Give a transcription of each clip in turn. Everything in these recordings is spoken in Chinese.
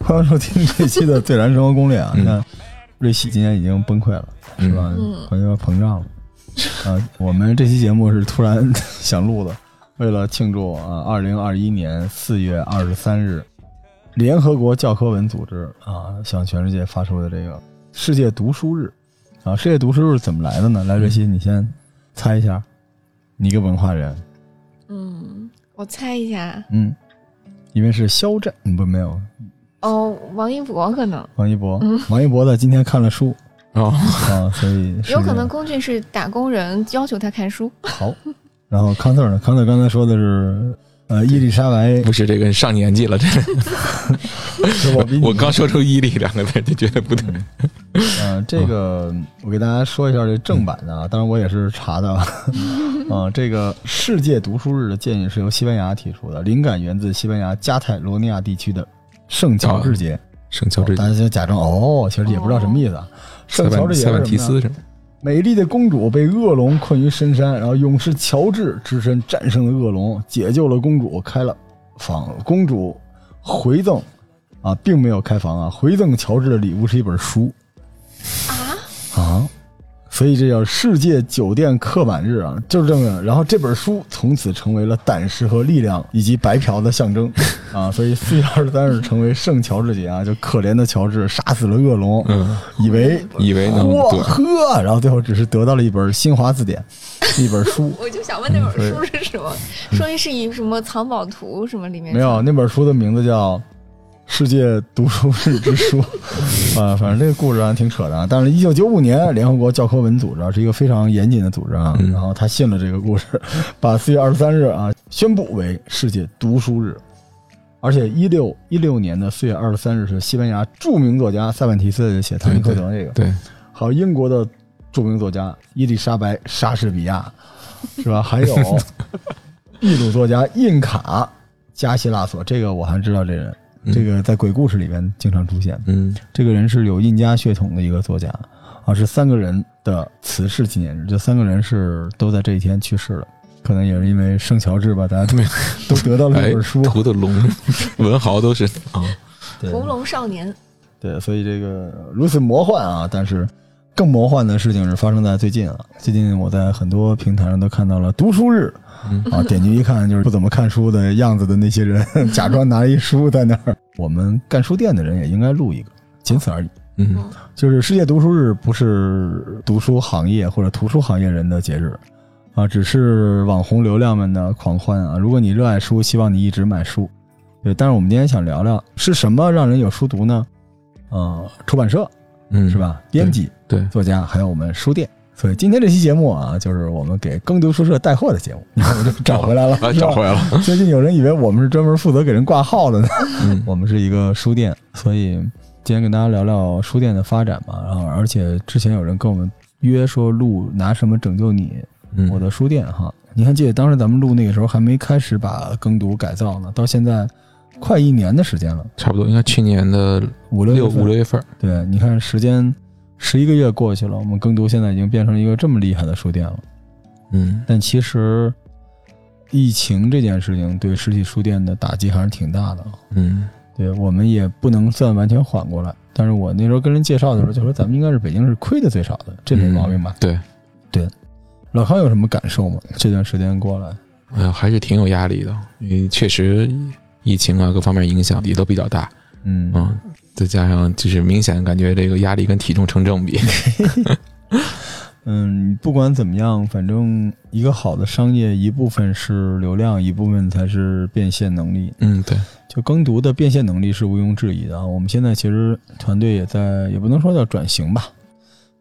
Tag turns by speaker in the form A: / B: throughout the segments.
A: 欢迎收听这期的《最燃生活攻略》啊！你看，瑞希今年已经崩溃了，是吧？好像要膨胀了。啊，我们这期节目是突然想录的，为了庆祝啊，二零二一年四月二十三日，联合国教科文组织啊向全世界发出的这个世界读书日啊，世界读书日怎么来的呢？来，瑞希，你先猜一下，嗯你一个文化人，
B: 嗯，我猜一下，
A: 嗯，因为是肖战，嗯不没有
B: 哦，王一博可能
A: 王一博，王一博在今天看了书
C: 哦，
A: 啊，所以是
B: 有可能工具是打工人要求他看书，。
A: 好。然后康 Sir 呢？康 Sir 刚才说的是，呃，伊丽莎白
C: 不是这个上年纪了，这
A: 是我比你
C: 我刚说出“伊利”两个字就觉得 不对。
A: 嗯、这个
C: 啊
A: 我给大家说一下这正版的啊，当然我也是查的啊。啊这个世界读书日的建议是由西班牙提出的，灵感源自西班牙加泰罗尼亚地区的圣乔治节。哦
C: 圣啊乔治
A: 大家就假装哦，其实也不知道什么意思啊。
C: 塞
A: 圣乔
C: 万
A: 治节
C: 塞万
A: 是
C: 提
A: 什么呢
C: 斯是吗？
A: 美丽的公主被恶龙困于深山，然后勇士乔治只身战胜了恶龙，解救了公主，开了房。公主回赠啊，并没有开房啊，回赠乔治的礼物是一本书啊啊，所以这叫世界酒店刻板日啊，就是这么。然后这本书从此成为了胆识和力量以及白嫖的象征啊，所以四月二十三日成为圣乔治节啊，就可怜的乔治杀死了恶龙，
C: 嗯，
A: 以为
C: 以为能
A: 哇
C: 对
A: 呵，然后最后只是得到了一本新华字典，一本书
B: 我就想问那本书是什么，说一是以什么藏宝图什么里
A: 嗯
B: 面
A: 没有，那本书的名字叫《世界读书日之书》 啊，反正这个故事啊挺扯的啊。但是，一九九五年，联合国教科文组织啊是一个非常严谨的组织啊，
C: 嗯
A: 然后他信了这个故事，把四月二十三日啊宣布为世界读书日。而且，一六一六年的四月二十三日是西班牙著名作家塞万提斯写《唐吉诃德》这个，
C: 对，
A: 还有英国的著名作家伊丽莎白·莎士比亚，是吧？还有秘鲁作家印卡加西拉索，这个我还知道这人，这个在鬼故事里面经常出现。
C: 嗯
A: 这个人是有印加血统的一个作家啊，是三个人的辞世纪念日，这三个人是都在这一天去世了。可能也是因为圣乔治吧，大家都都得到了
C: 哎
A: 一本书，
C: 图的龙 文豪都是啊，
A: 对
B: 《红龙少年》
A: 对，所以这个如此魔幻啊，但是更魔幻的事情是发生在最近啊。最近我在很多平台上都看到了读书日，啊，点进去一看就是不怎么看书的样子的那些人， 假装拿一书在那儿。我们干书店的人也应该录一个，仅此而已。
C: 嗯
A: 就是世界读书日不是读书行业或者图书行业人的节日啊，只是网红流量们的狂欢啊。如果你热爱书，希望你一直买书。对，但是我们今天想聊聊是什么让人有书读呢？呃，出版社
C: 嗯，
A: 是？吧？编辑、
C: 对，
A: 作家，还有我们书店。所以今天这期节目啊，就是我们给耕读书社带货的节目，你看我就找回来了，
C: 啊， 找回来了，
A: 最近有人以为我们是专门负责给人挂号的呢，
C: 嗯
A: 我们是一个书店，所以今天跟大家聊聊书店的发展吧。然后，而且之前有人跟我们约说录拿什么拯救你，
C: 嗯
A: 我的书店哈。你还记得当时咱们录那个时候还没开始把耕读改造呢，到现在快一年的时间了，
C: 差不多应该去年的
A: 五六
C: 六
A: 月份
C: 五六月份，
A: 对，你看时间十一个月过去了，我们耕读现在已经变成了一个这么厉害的书店了。
C: 嗯
A: 但其实疫情这件事情对实体书店的打击还是挺大的。
C: 嗯
A: 对我们也不能算完全缓过来，但是我那时候跟人介绍的时候就说，咱们应该是北京是亏的最少的，这没毛病吧？
C: 对，
A: 老康有什么感受吗？这段时间过来，
C: 哎呀，还是挺有压力的，因为确实疫情啊各方面影响也都比较大，
A: 嗯，
C: 嗯，再加上就是明显感觉这个压力跟体重成正比，
A: 嗯，不管怎么样，反正一个好的商业，一部分是流量，一部分才是变现能力。
C: 嗯，对，
A: 就耕读的变现能力是毋庸置疑的啊。我们现在其实团队也在，也不能说叫转型吧，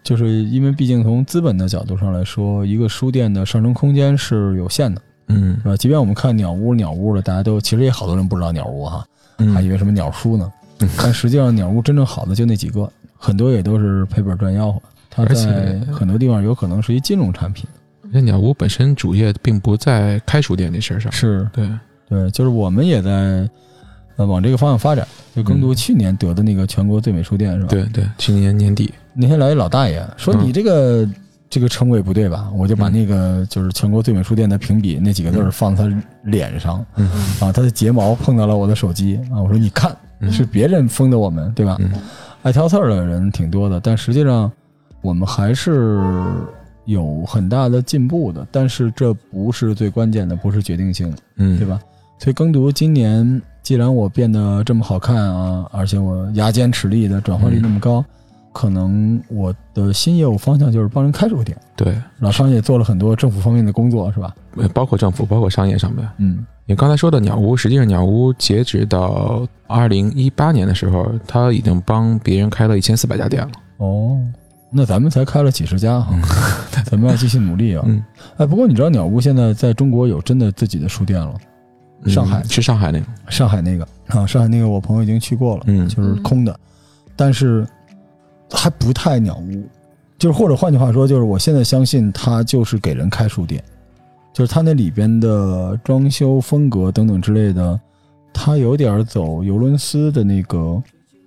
A: 就是因为毕竟从资本的角度上来说，一个书店的上升空间是有限的。
C: 嗯
A: 是吧？即便我们看鸟屋，鸟屋的大家都其实也好多人不知道鸟屋哈，
C: 嗯
A: 还以为什么鸟书呢
C: 嗯。
A: 但实际上，鸟屋真正好的就那几个，很多也都是赔本赚吆喝。它
C: 而且
A: 在很多地方有可能是一金融产品。
C: 那鸟屋本身主业并不在开书店这事儿上，
A: 是
C: 对，
A: 对，就是我们也在呃往这个方向发展。就耕读去年得的那个全国最美书店是吧？，
C: 对对，去年年底，
A: 那天来一老大爷说：“
C: 嗯
A: 你这个、这个称谓不对吧？”我就把那个就是全国最美书店的评比那几个字儿放他脸上。
C: 嗯
A: 啊，他的睫毛碰到了我的手机啊，我说你看，
C: 嗯
A: 是别人封的我们，对吧？
C: 嗯
A: 爱挑刺儿的人挺多的，但实际上我们还是有很大的进步的。但是这不是最关键的，不是决定性的，
C: 嗯，
A: 对？吧？所以耕读今年，既然我变得这么好看啊，而且我牙尖齿利的转化率那么
C: 嗯
A: 高，可能我的新业务方向就是帮人开书店。
C: 对，
A: 老商也做了很多政府方面的工作，是吧？
C: 呃包括政府，包括商业上面。
A: 嗯
C: 你刚才说的鸟屋，实际上鸟屋截止到二零一八年的时候，它已经帮别人开了一千四百家店了。
A: 哦，那咱们才开了几十家哈， 咱们要继续努力啊！
C: 嗯
A: 哎，不过你知道鸟屋现在在中国有真的自己的书店了，
C: 嗯
A: 上海
C: 是上海那个，
A: 上海那个啊，上海那个我朋友已经去过了，
C: 嗯
A: 就是空的，但是还不太鸟屋，就是或者换句话说，就是我现在相信它就是给人开书店，就是它那里边的装修风格等等之类的，它有点走尤伦斯的那个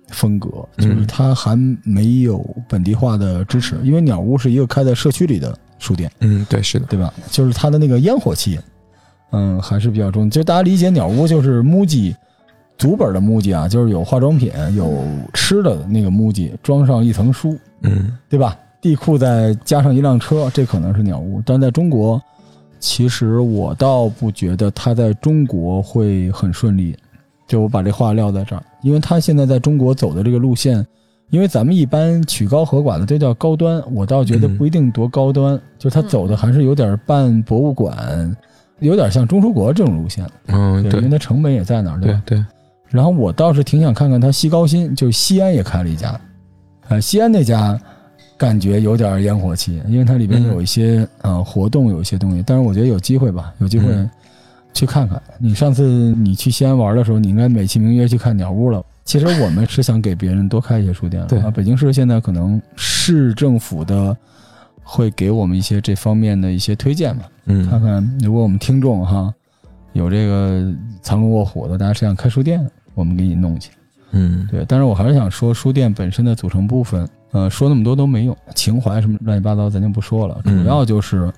A: 风格，
C: 嗯
A: 就是它还没有本地化的支持，因为鸟屋是一个开在社区里的书店。
C: 嗯，对，是的，
A: 对吧？就是它的那个烟火气，嗯，还是比较重。就大家理解鸟屋就是 MUJI 足本的 MUJI 啊，就是有化妆品、有吃的那个 MUJI，装上一层书，
C: 嗯
A: 对吧？地库再加上一辆车，这可能是鸟屋。但在中国，其实我倒不觉得它在中国会很顺利。就我把这话撂在这儿，因为它现在在中国走的这个路线，因为咱们一般曲高和寡的都叫高端，我倒觉得不一定多高端，就是它走的还是有点半博物馆，有点像中书国这种路线。
C: 嗯，
A: 对，因为
C: 对
A: 它成本也在那儿，对吧
C: 对？对，
A: 然后我倒是挺想看看他西高新，就是西安也开了一家，呃，西安那家感觉有点烟火气，因为它里边
C: 嗯
A: 有一些、呃活动，有一些东西。但是我觉得有机会吧，有机会
C: 嗯
A: 去看看。你上次你去西安玩的时候，你应该美其名曰去看鸟屋了。其实我们是想给别人多开一些书店的
C: 对
A: 啊。北京市现在可能市政府的会给我们一些这方面的一些推荐吧。看
C: 嗯
A: 看如果我们听众哈有这个藏龙卧虎的，大家是想开书店，我们给你弄去。
C: 嗯，
A: 对，但是我还是想说书店本身的组成部分，呃，说那么多都没用，情怀什么乱七八糟咱就不说了，
C: 嗯
A: 主要就是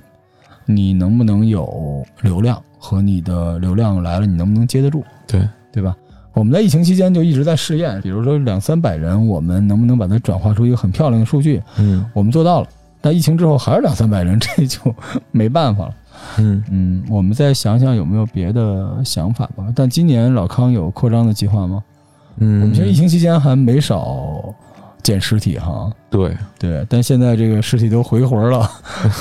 A: 你能不能有流量和你的流量来了，你能不能接得住，
C: 对，
A: 对吧？我们在疫情期间就一直在试验，比如说两三百人，我们能不能把它转化出一个很漂亮的数据？
C: 嗯
A: 我们做到了，但疫情之后还是两三百人，这就没办法了。
C: 嗯
A: 嗯，我们再想想有没有别的想法吧。但今年老康有扩张的计划吗？我们其实疫
C: 嗯，
A: 情期间还没少捡尸体哈。
C: 对，
A: 对，但现在这个尸体都回魂 了，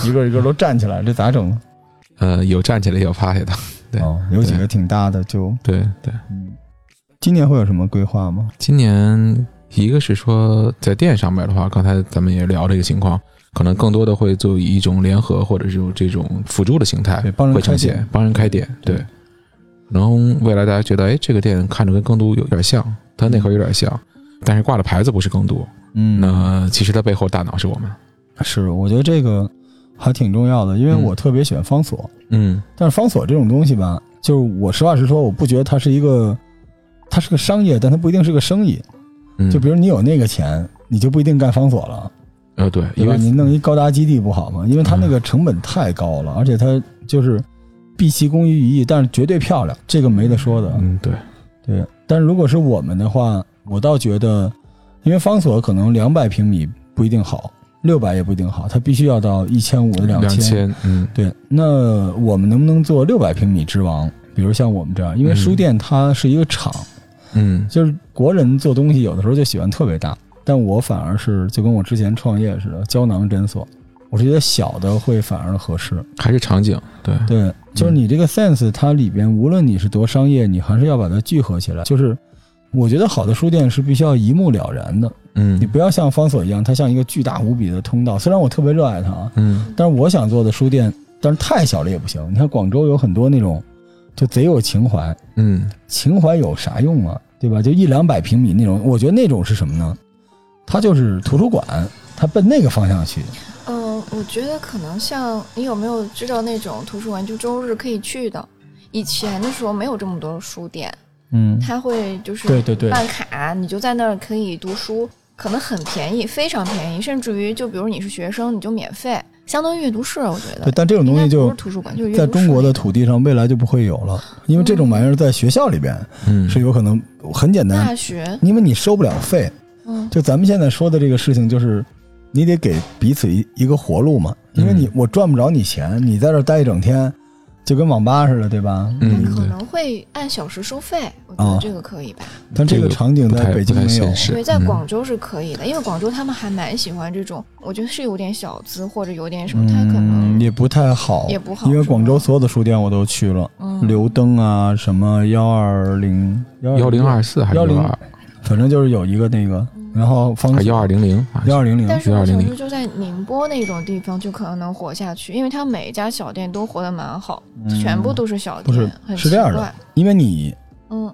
A: 一个一个都站起来，这咋整？
C: 呃，有站起来，有趴下的，对
A: 哦，有几个挺大的，就
C: 对对。
A: 嗯，今年会有什么规划吗？
C: 今年一个是说在店上面的话，刚才咱们也聊这个情况，可能更多的会做以一种联合或者是有这种辅助的形态
A: 对帮人
C: 会呈
A: 开店嗯
C: 现，帮人开店，对。然后未来大家觉得，哎，这个店看着跟更都有点像，它那块有点像，但是挂的牌子不是更都，
A: 嗯
C: 那其实它背后大脑是我们，
A: 是，我觉得这个还挺重要的，因为
C: 嗯
A: 我特别喜欢方所，
C: 嗯
A: 但是方所这种东西吧，就是我实话实说，我不觉得它是一个，它是个商业，但它不一定是个生意。
C: 嗯，
A: 就比如你有那个钱，你就不一定干方所了，
C: 呃对，
A: 对
C: 因
A: 吧？
C: 为
A: 你弄一高达基地不好吗？因为它那个成本太高了，而且它就是毕其功于一役，但是绝对漂亮，这个没得说的。
C: 嗯对，
A: 对，但如果是我们的话，我倒觉得，因为方所可能两百平米不一定好，六百也不一定好，它必须要到一千五、
C: 两千嗯
A: 对，那我们能不能做六百平米之王？比如像我们这样，因为
C: 嗯
A: 书店它是一个厂，
C: 嗯
A: 就是国人做东西有的时候就喜欢特别大，但我反而是就跟我之前创业似的，胶囊诊所，我是觉得小的会反而合适。
C: 还是场景对
A: 对，就是你这个 sense，它里边无论你是多商业，你还是要把它聚合起来。就是我觉得好的书店是必须要一目了然的，
C: 嗯
A: 你不要像方所一样，它像一个巨大无比的通道。虽然我特别热爱它啊，
C: 嗯
A: 但是我想做的书店，但是太小了也不行。你看广州有很多那种，就贼有情怀，
C: 嗯
A: 情怀有啥用啊？对吧？就一两百平米那种，我觉得那种是什么呢？它就是图书馆，它奔那个方向去。
B: 嗯，我觉得可能像你有没有知道那种图书馆，就周日可以去的。以前的时候没有这么多书店，
A: 嗯，
B: 它会就是
A: 对对对，
B: 办卡，你就在那儿可以读书，可能很便宜，非常便宜，甚至于就比如你是学生，你就免费。相当于阅读室，我觉
A: 对，
B: 得。
A: 但这种东西
B: 应该不
A: 就是
B: 图书馆，就是阅读
A: 在
B: 室
A: 中国的土地上未来就不会有了，因为这种玩意儿在学校里边
C: 嗯，
A: 是有可能很简单
B: 大，学，
A: 因为你收不了费。
B: 嗯
A: 就咱们现在说的这个事情，就是你得给彼此一一个活路嘛，因为
C: 嗯
A: 你我赚不着你钱，你在这儿待一整天，就跟网吧似的，对吧？
B: 但
C: 嗯，
B: 可
C: 对，
B: 能会按小时收费，我觉
A: 啊
B: 得这个可以吧？
A: 但这个场景
C: 不
A: 在
C: 太
A: 北
C: 不
A: 京
C: 太
A: 没有
C: 现，实。
B: 对，在
C: 嗯
B: 广州是可以的，因为广州他们还蛮喜欢这种，我觉得是有点小资或者有点什么，他可能
A: 嗯也不太好，
B: 也不好
A: 因为
B: 是吧
A: 广州所有的书店我都去了，
B: 嗯
A: 刘登啊，什么幺二零
C: 幺零，二四还是
A: 102
C: 二，
A: 反正就是有一个那个，然后方
C: 还幺二零零啊？
A: 幺二零零，
B: 嗯但是我想
C: 1200
B: 说，就在宁波那种地方，就可能能活下去，因为它每一家小店都活得蛮好，全部都是小
A: 不嗯是
B: 店，很
A: 是
B: 奇
A: 这样
B: 怪
A: 的。，因为你
B: 嗯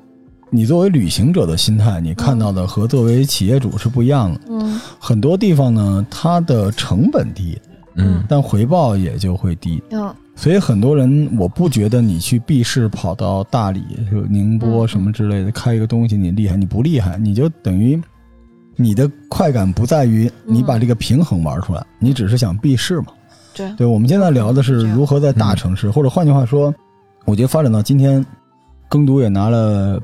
A: 你作为旅行者的心态，你看到的和作为企业主是不一样的。
B: 嗯
A: 很多地方呢，它的成本低，
C: 嗯，
A: 但回报也就会低。
B: 嗯
A: 所以很多人，我不觉得你去 B 市跑到大理、就宁波什么之类的开一个东西，你厉害，你不厉害，你就等于你的快感不在于你把这个平衡玩出来，你只是想 B 市嘛。
B: 对，
A: 对，我们现在聊的是如何在大城市，或者换句话说，我觉得发展到今天，耕读也拿了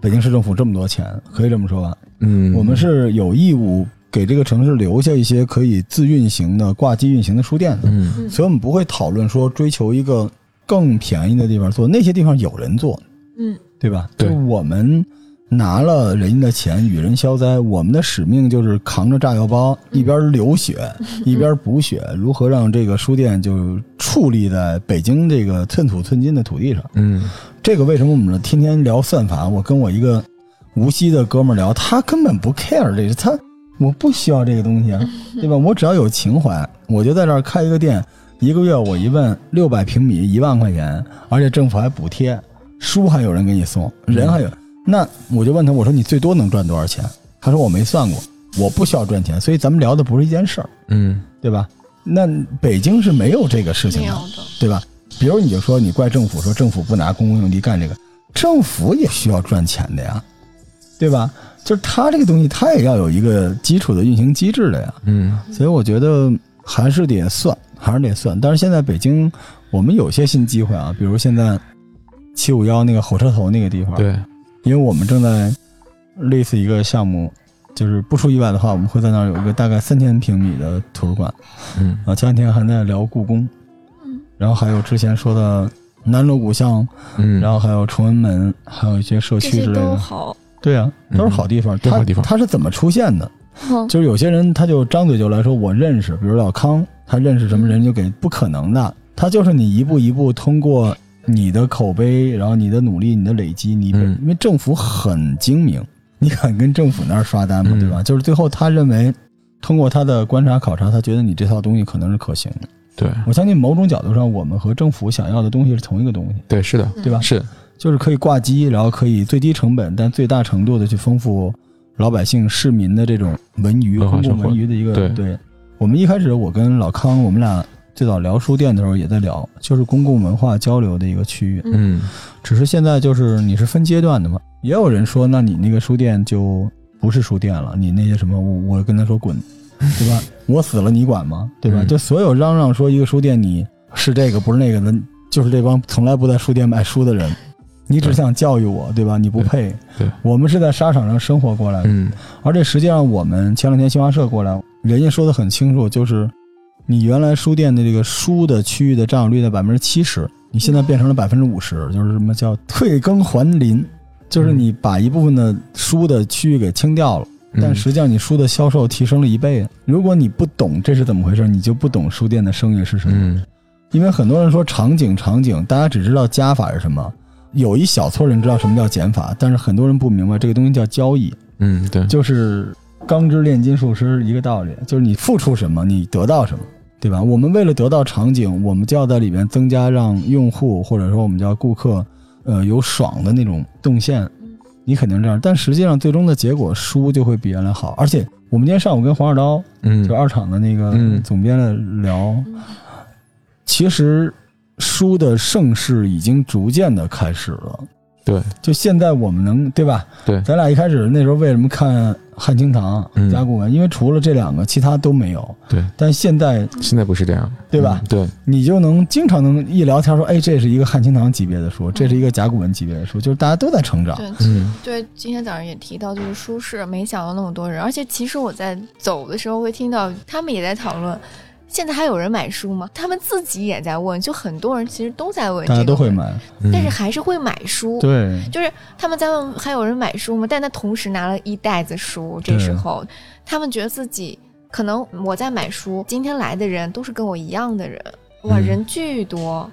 A: 北京市政府这么多钱，可以这么说吧？
C: 嗯，
A: 我们是有义务给这个城市留下一些可以自运行的、挂机运行的书店的，
C: 嗯
A: 所以我们不会讨论说追求一个更便宜的地方做，那些地方有人做，
B: 嗯
A: 对吧？
C: 对
A: 就我们。拿了人家的钱与人消灾，我们的使命就是扛着炸药包，一边流血一边补血，如何让这个书店就矗立在北京这个寸土寸金的土地上？
C: 嗯
A: 这个为什么我们天天聊算法？我跟我一个无锡的哥们儿聊，他根本不 care 这个，他我不需要这个东西 啊，对吧？我只要有情怀，我就在这儿开一个店，一个月我一问六百平米一万块钱，而且政府还补贴，书还有人给你送，
B: 嗯
A: 人还有。那我就问他，我说你最多能赚多少钱？他说我没算过，我不需要赚钱，所以咱们聊的不是一件事儿，
C: 嗯
A: 对吧？那北京是没有这个事情
B: 没
A: 的
B: 有，的，
A: 对吧？比如你就说你怪政府，说政府不拿公共用地干这个，政府也需要赚钱的呀，对吧？就是它这个东西，它也要有一个基础的运行机制的呀。
C: 嗯
A: 所以我觉得还是得算，还是得算。但是现在北京，我们有些新机会啊，比如现在七五幺那个火车头那个地方，，
C: 对，
A: 因为我们正在类似一个项目，就是不出意外的话，我们会在那儿有一个大概三千平米的图书馆。
C: 嗯
A: 啊，前两天还在聊故宫，
B: 嗯，
A: 然后还有之前说的南锣鼓巷，
C: 嗯，
A: 然后还有崇文门，还有一些社
B: 这
A: 区
B: 些
A: 之类
B: 都
A: 的，
B: 好，
A: 对啊，都是
C: 嗯
A: 好地方。
C: 都是
A: 它
C: 好地方
A: 它是怎么出现的？
B: 嗯
A: 就是有些人他就张嘴就来说我认识，比如老康，他认识什么人就给不可能的，他就是你一步一步通过你的口碑，然后你的努力，你的累积，你
C: 嗯
A: 因为政府很精明，你敢跟政府那儿刷单吗？
C: 嗯
A: 对吧？就是最后他认为。通过他的观察考察，他觉得你这套东西可能是可行的。
C: 对
A: 我相信某种角度上，我们和政府想要的东西是同一个东西，
C: 对是的，
A: 对吧？
C: 是
A: 就是可以挂机，然后可以最低成本，但最大程度的去丰富老百姓、市民的这种文娱、
C: 文化
A: 公
C: 生
A: 共
C: 活
A: 文娱的一个
C: 对
A: 我们一开始，我跟老康，我们俩最早聊书店的时候也在聊，就是公共文化交流的一个区域。
C: 嗯
A: 只是现在就是你是分阶段的嘛，也有人说，那你那个书店就不是书店了，你那些什么，我我跟他说滚，对吧？ 我死了你管吗？对吧？
C: 嗯
A: 就所有嚷嚷说一个书店你是这个不是那个的，就是这帮从来不在书店买书的人，你只想教育我，对吧？你不配。
C: 对对
A: 我们是在沙场上生活过来的，
C: 嗯
A: 而且实际上我们前两天新华社过来，人家说的很清楚，就是你原来书店的这个书的区域的占有率在百分之七十，你现在变成了百分之五十，就是什么叫退耕还林，就是你把一部分的书的区域给清掉了。
C: 嗯
A: 但实际上，你书的销售提升了一倍。啊如果你不懂这是怎么回事，你就不懂书店的生意是什么。
C: 嗯
A: 因为很多人说场景场景，大家只知道加法是什么，有一小撮人知道什么叫减法，但是很多人不明白这个东西叫交易。
C: 嗯对
A: 就是钢之炼金术师一个道理，就是你付出什么，你得到什么，对吧？我们为了得到场景，我们就要在里面增加让用户或者说我们叫顾客，呃，有爽的那种动线。你肯定是这样，但实际上最终的结果书就会比原来好。而且我们今天上午跟黄二刀
C: 嗯
A: 就二厂的那个
C: 嗯
A: 总编的聊，其实书的盛世已经逐渐的开始了。
C: 对
A: 就现在我们能对吧？
C: 对
A: 咱俩一开始那时候为什么看汉清堂
C: 嗯、
A: 甲骨文？因为除了这两个，其他都没有。
C: 对，
A: 但现在
C: 现在不是这样，
A: 对吧
C: 嗯对，
A: 你就能经常能一聊天说，哎，这是一个汉清堂级别的书，这是一个甲骨文级别的书，就是大家都在成长。
B: 对
C: 嗯
B: 对，今天早上也提到，就是舒适，没想到那么多人，而且其实我在走的时候会听到他们也在讨论，现在还有人买书吗？他们自己也在问，就很多人其实都在问，
A: 大家都会，买，
C: 嗯
B: 但是还是会买书。
A: 对，
B: 就是他们在问还有人买书吗？但他同时拿了一袋子书，这时候他们觉得自己可能我在买书，今天来的人都是跟我一样的人，哇，
C: 嗯
B: 人巨多。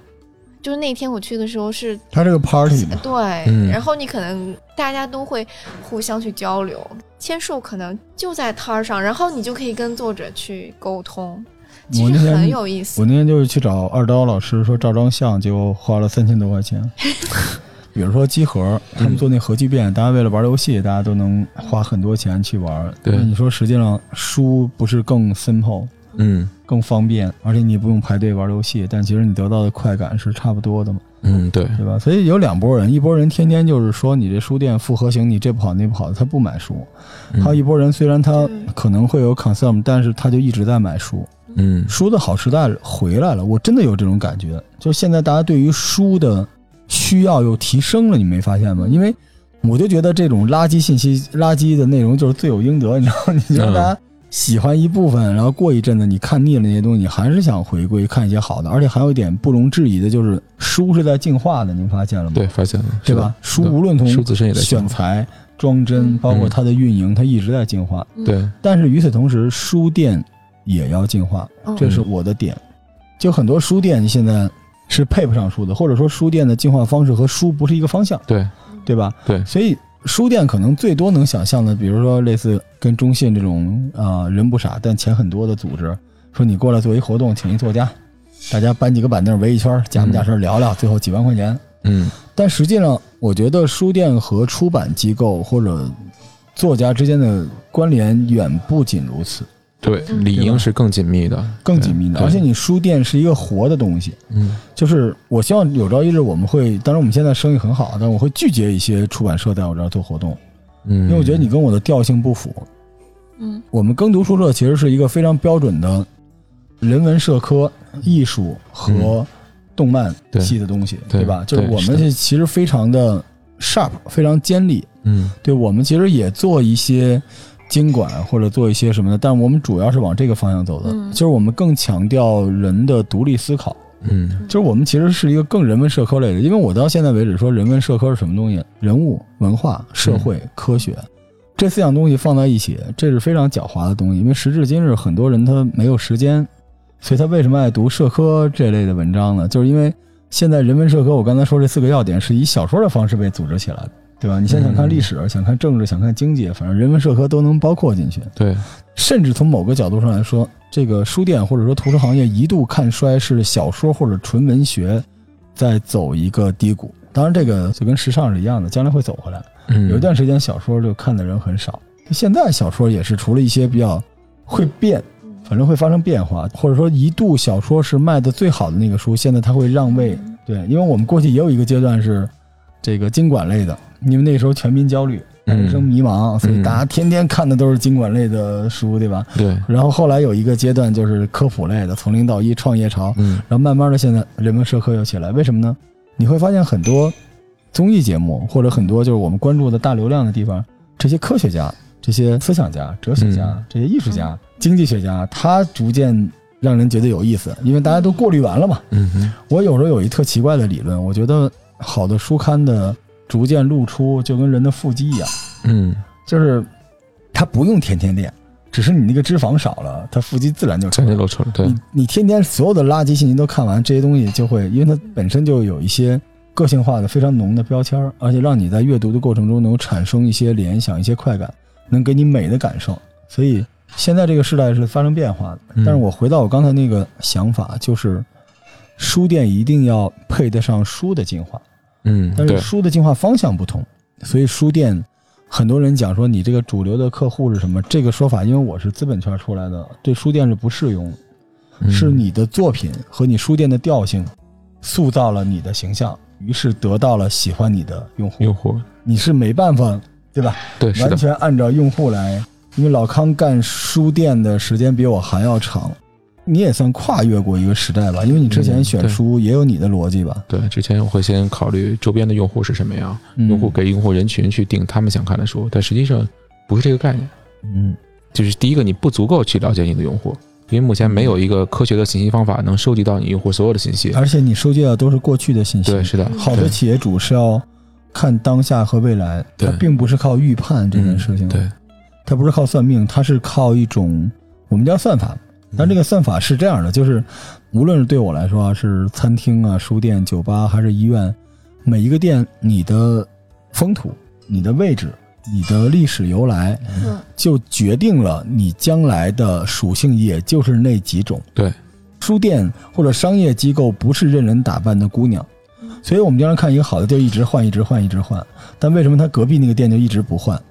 B: 就是那天我去的时候是
A: 它这个 party 嘛，
B: 对，
C: 嗯
B: 然后你可能大家都会互相去交流，签售可能就在摊儿上，然后你就可以跟作者去沟通，其
A: 我
B: 实
A: 那天
B: 很有意思
A: 我。那天就是去找二刀老师说照张相，结果花了三千多块钱。比如说机盒，他们做那核聚变，大家为了玩游戏，大家都能花很多钱去玩。
C: 对
A: 那你说实际上书不是更 simple、
C: 嗯
A: 更方便，而且你不用排队玩游戏，但其实你得到的快感是差不多的嘛，
C: 嗯对，
A: 对吧？所以有两拨人，一拨人天天就是说你这书店复合型，你这不好那不好，他不买书；
C: 嗯
A: 还有一拨人虽然他
B: 嗯
A: 可能会有 consume，但是他就一直在买书。
C: 嗯
A: 书的好时代回来了，我真的有这种感觉。就现在大家对于书的需要又提升了，你没发现吗？因为我就觉得这种垃圾信息、垃圾的内容就是罪有应得，你知道吗？你 就让大
C: 嗯
A: 家喜欢一部分，然后过一阵子你看腻了那些东西，你还是想回归看一些好的。而且还有一点不容置疑的就是，书是在进化的，您发现了吗？
C: 对，发现了，
A: 对
C: 是的
A: 吧？？书无论
C: 书
A: 从
C: 自身也在进
A: 选
C: 化
A: 材、装帧，
B: 嗯
A: 包括它的运营，它一直在进化。
C: 对，
A: 但是与此同时，书店也要进化，
B: 嗯
A: 这是我的点。就很多书店现在是配不上书的，或者说书店的进化方式和书不是一个方向，
C: 对，
A: 对吧？
C: 对
A: 所以书店可能最多能想象的，比如说类似跟中信这种啊、呃人不傻但钱很多的组织，说你过来做一活动，请一作家，大家搬几个板凳围一圈，假模假式聊聊，最后几万块钱。
C: 嗯
A: 但实际上，我觉得书店和出版机构或者作家之间的关联远不仅如此。
C: 对，
B: 嗯
C: 理应是更紧密的，
A: 更紧密的，
C: 对
A: 而且你书店是一个活的东西，
C: 嗯
A: 就是我希望有朝一日我们会，当然我们现在生意很好，但我会拒绝一些出版社在我这儿做活动，
C: 嗯，
A: 因为我觉得你跟我的调性不符。
B: 嗯
A: 我们耕读书社其实是一个非常标准的人文社科、艺术和动漫
C: 嗯对
A: 系的东西，
C: 对
A: 对吧？就是
C: 对
A: 我
C: 是
A: 们
C: 的
A: 是其实非常的 sharp，非常尖利，
C: 嗯
A: 对我们其实也做一些经管或者做一些什么的，但我们主要是往这个方向走的，
B: 嗯
A: 就是我们更强调人的独立思考。
C: 嗯
A: 就是我们其实是一个更人文社科类的，因为我到现在为止说人文社科是什么东西，人物、文化、社会、科学这四样东西放在一起，这是非常狡猾的东西。因为时至今日，很多人他没有时间，所以他为什么爱读社科这类的文章呢？就是因为现在人文社科，我刚才说这四个要点是以小说的方式被组织起来的，对吧？你现在想看历史，想看政治，想看经济，反正人文社科都能包括进去。
C: 对，
A: 甚至从某个角度上来说，这个书店或者说图书行业一度看衰是小说或者纯文学在走一个低谷。当然，这个就跟时尚是一样的，将来会走回来。
C: 嗯
A: 有一段时间小说就看的人很少，现在小说也是除了一些比较会变，反正会发生变化，或者说一度小说是卖的最好的那个书，现在它会让位。
B: 嗯
A: 对，因为我们过去也有一个阶段是这个经管类的，因为那时候全民焦虑。人生迷茫，所以大家天天看的都是经管类的书，对吧？
C: 对，
A: 然后后来有一个阶段就是科普类的，从零到一创业潮，
C: 嗯
A: 然后慢慢的现在人文社科又起来，为什么呢？你会发现很多综艺节目或者很多就是我们关注的大流量的地方，这些科学家、这些思想家、哲学家、
C: 嗯
A: 这些艺术家、经济学家，他逐渐让人觉得有意思，因为大家都过滤完了嘛。
C: 嗯哼
A: 我有时候有一特奇怪的理论，我觉得好的书刊的逐渐露出就跟人的腹肌一样。
C: 嗯
A: 就是它不用天天练，只是你那个脂肪少了，它腹肌自然就出
C: 咱
A: 来
C: 就
A: 了。
C: 露出来，对
A: 你，你天天所有的垃圾信息都看完，这些东西就会，因为它本身就有一些个性化的非常浓的标签儿，而且让你在阅读的过程中能产生一些联想、一些快感，能给你美的感受。所以现在这个时代是发生变化的。
C: 嗯
A: 但是我回到我刚才那个想法，就是书店一定要配得上书的进化。
C: 嗯
A: 但
C: 对
A: 是，书的进化方向不同，所以书店很多人讲说你这个主流的客户是什么这个说法，因为我是资本圈出来的，对书店是不适用的，
C: 嗯
A: 是你的作品和你书店的调性塑造了你的形象，于是得到了喜欢你的用户。
C: 用户
A: 你是没办法，对吧？
C: 对是
A: 完
C: 的，
A: 全按照用户来，因为老康干书店的时间比我还要长，你也算跨越过一个时代吧，因为你之前
C: 嗯
A: 选
C: 对
A: 书也有你的逻辑吧？
C: 对。之前我会先考虑周边的用户是什么样，
A: 嗯
C: 用户给用户人群去定他们想看的书，但实际上不是这个概念。
A: 嗯
C: 就是第一个，你不足够去了解你的用户，因为目前没有一个科学的信息方法能收集到你用户所有的信息。
A: 而且你收集的都是过去的信息。
C: 对，是的，
A: 嗯好的
C: 对
A: 企业主是要看当下和未来，
C: 对
A: 他并不是靠预判这件
C: 嗯
A: 事情，
C: 对，
A: 他不是靠算命，他是靠一种我们叫算法。但这个算法是这样的，就是无论是对我来说啊，是餐厅啊、书店、酒吧还是医院，每一个店你的风土、你的位置、你的历史由来，
B: 嗯
A: 就决定了你将来的属性，也就是那几种。
C: 对，
A: 书店或者商业机构不是任人打扮的姑娘
B: 嗯，
A: 所以我们经常看一个好的地儿一直换，一直换，一直换。但为什么他隔壁那个店就一直不换？
B: 嗯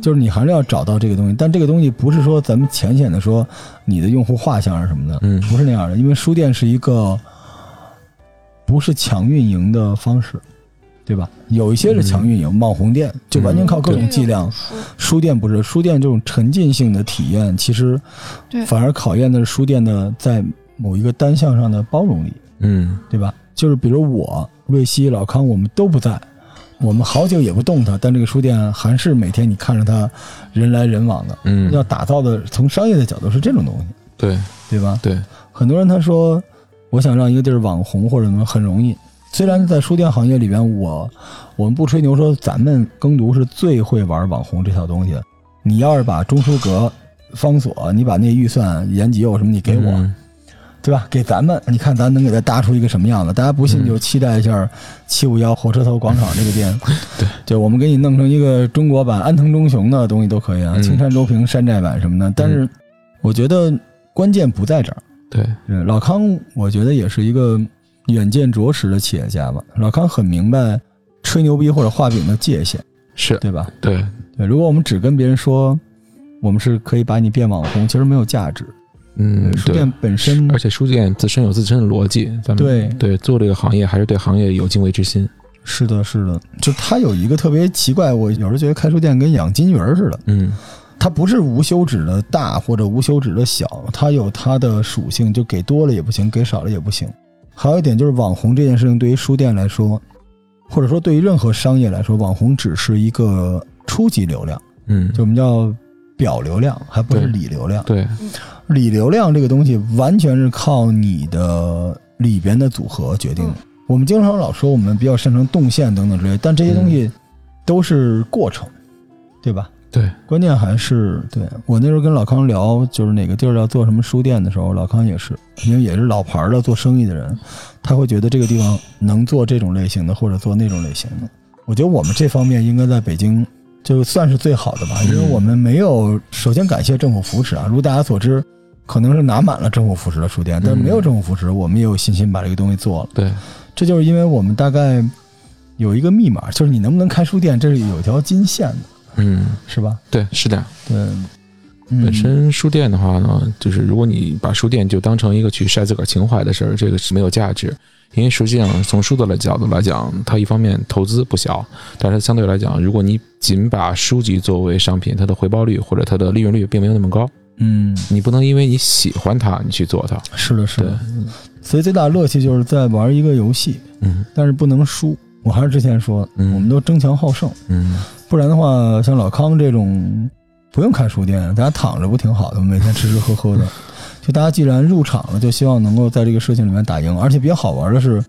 A: 就是你还是要找到这个东西，但这个东西不是说咱们浅显的说你的用户画像啊是什么的，
C: 嗯
A: 不是那样的，因为书店是一个不是强运营的方式，对吧？有一些是强运营，网红店就完全靠各种
B: 对
A: 伎俩，书店不是，书店这种沉浸性的体验，其实
B: 对
A: 反而考验的是书店的在某一个单项上的包容力，
C: 嗯，
A: 对吧？就是比如我、瑞希、老康，我们都不在，我们好久也不动它，但这个书店还是每天你看着它人来人往的。
C: 嗯
A: 要
C: 嗯，
A: 打造的从商业的角度是这种东西，
C: 对
A: 对吧？
C: 对，
A: 很多人他说，我想让一个地儿网红或者什么很容易。虽然在书店行业里边，我我们不吹牛说咱们耕读是最会玩网红这套东西的。你要是把中书阁、方所，你把那预算、延吉又什么，你给我，
C: 嗯
A: 对吧？给咱们，你看咱能给它搭出一个什么样子？大家不信
C: 嗯
A: 就期待一下七五幺火车头广场这个店，
C: 对，
A: 就我们给你弄成一个中国版安藤忠雄的东西都可以啊，
C: 嗯
A: 青山周平山寨版什么的。但是我觉得关键不在这儿。
C: 对，
A: 对呃老康，我觉得也是一个远见卓识的企业家吧。老康很明白吹牛逼或者画饼的界限，
C: 是，
A: 对吧？
C: 对，
A: 对，如果我们只跟别人说我们是可以把你变网红，其实没有价值。
C: 嗯，
A: 书
C: 对
A: 店。本身
C: 而且书店自身有自身的逻辑，咱们
A: 对
C: 对做这个行业还是对行业有敬畏之心。
A: 是的，是的，就他有一个特别奇怪，我有时候觉得开书店跟养金鱼儿似的，
C: 嗯，
A: 它不是无休止的大或者无休止的小，它有它的属性，就给多了也不行，给少了也不行。还有一点就是网红这件事情，对于书店来说，或者说对于任何商业来说，网红只是一个初级流量，
C: 嗯，
A: 就我们叫表流量，还不是
C: 对
A: 里流量。
C: 对，
A: 里流量这个东西完全是靠你的里边的组合决定的。我们经常老说我们比较擅长动线等等之类，但这些东西都是过程，对吧？
C: 对，
A: 关键还是对我那时候跟老康聊，就是哪个地儿要做什么书店的时候，老康也是，因为也是老牌儿的做生意的人，他会觉得这个地方能做这种类型的，或者做那种类型的。我觉得我们这方面应该在北京就算是最好的吧，因为我们没有首先感谢政府扶持啊，如大家所知，可能是拿满了政府扶持的书店，但是没有政府扶持，我们也有信心把这个东西做了。
C: 对，
A: 这就是因为我们大概有一个密码，就是你能不能开书店，这是有条金线的，
C: 嗯，
A: 是吧？
C: 对，是的。
A: 对，嗯
C: 本身书店的话呢，就是如果你把书店就当成一个去晒自个儿情怀的事儿，这个是没有价值。因为实际上从书的来角度来讲，它一方面投资不小，但是相对来讲，如果你仅把书籍作为商品，它的回报率或者它的利润率并没有那么高。
A: 嗯，
C: 你不能因为你喜欢它，你去做它。
A: 是的，是
C: 对
A: 的。，所以最大的乐趣就是在玩一个游戏，
C: 嗯
A: 但是不能输。我还是之前说，
C: 嗯
A: 我们都争强好胜，
C: 嗯，
A: 不然的话，像老康这种不用开书店，大家躺着不挺好的吗？每天吃吃喝喝的，就大家既然入场了，就希望能够在这个事情里面打赢。而且比较好玩的是，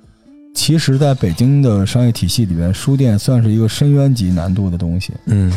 A: 其实在北京的商业体系里边，书店算是一个深渊级难度的东西。
C: 嗯，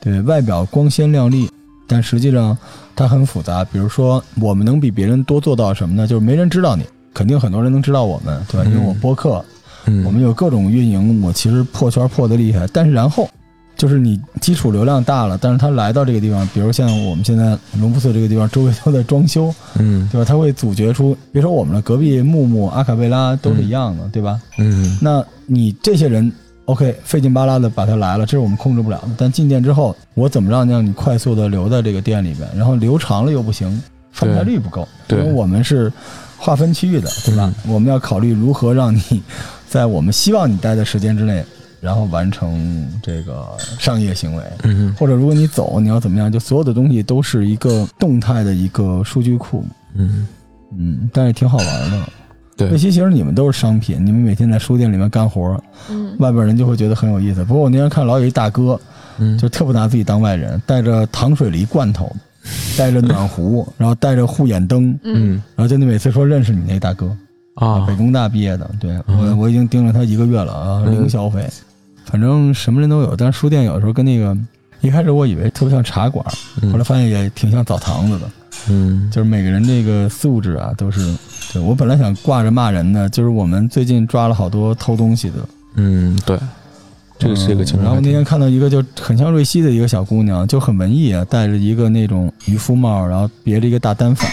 A: 对外表光鲜亮丽，但实际上它很复杂。比如说，我们能比别人多做到什么呢？就是没人知道你，肯定很多人能知道我们，对吧？因为我
C: 嗯
A: 播客，
C: 嗯，
A: 我们有各种运营，我其实破圈破的厉害。但是然后就是你基础流量大了，但是他来到这个地方，比如像我们现在龙福寺这个地方，周围都在装修，
C: 嗯
A: 对吧？他会组觉出，别说我们了，隔壁木木、阿卡贝拉都是一样的，对吧？
C: 嗯
A: 那你这些人，OK，费劲巴拉的把他来了，这是我们控制不了的。但进店之后，我怎么让让你快速的留在这个店里边？然后留长了又不行，翻台率不够，
C: 对嗯
A: 因为我们是划分区域的，对吧？我们要考虑如何让你在我们希望你待的时间之内，然后完成这个商业行为，
C: 嗯
A: 或者如果你走，你要怎么样？就所有的东西都是一个动态的一个数据库，
C: 嗯，
A: 嗯，但是挺好玩的。
C: 对
A: 那些其实你们都是商品，你们每天在书店里面干活，
B: 嗯，
A: 外边人就会觉得很有意思。不过我那天看老有一大哥，
C: 嗯，
A: 就特不拿自己当外人，带着糖水梨罐 头，带着暖壶，然后带着护眼灯，
C: 嗯
A: 然后就那每次说认识你那大哥，
C: 啊
A: 北，工大毕业的，对我
C: 嗯
A: 我已经盯了他一个月了啊，
C: 嗯
A: 零消费，反正什么人都有，但是书店有时候跟那个。一开始我以为特别像茶馆，
C: 嗯
A: 后来发现也挺像澡堂子的，
C: 嗯
A: 就是每个人这个素质啊都是。对我本来想挂着骂人的，就是我们最近抓了好多偷东西的，
C: 嗯，对，这个是一个情
A: 嗯
C: 况。
A: 然后那天看到一个就很像瑞希的一个小姑娘，就很文艺啊，戴着一个那种渔夫帽，然后别着一个大单反，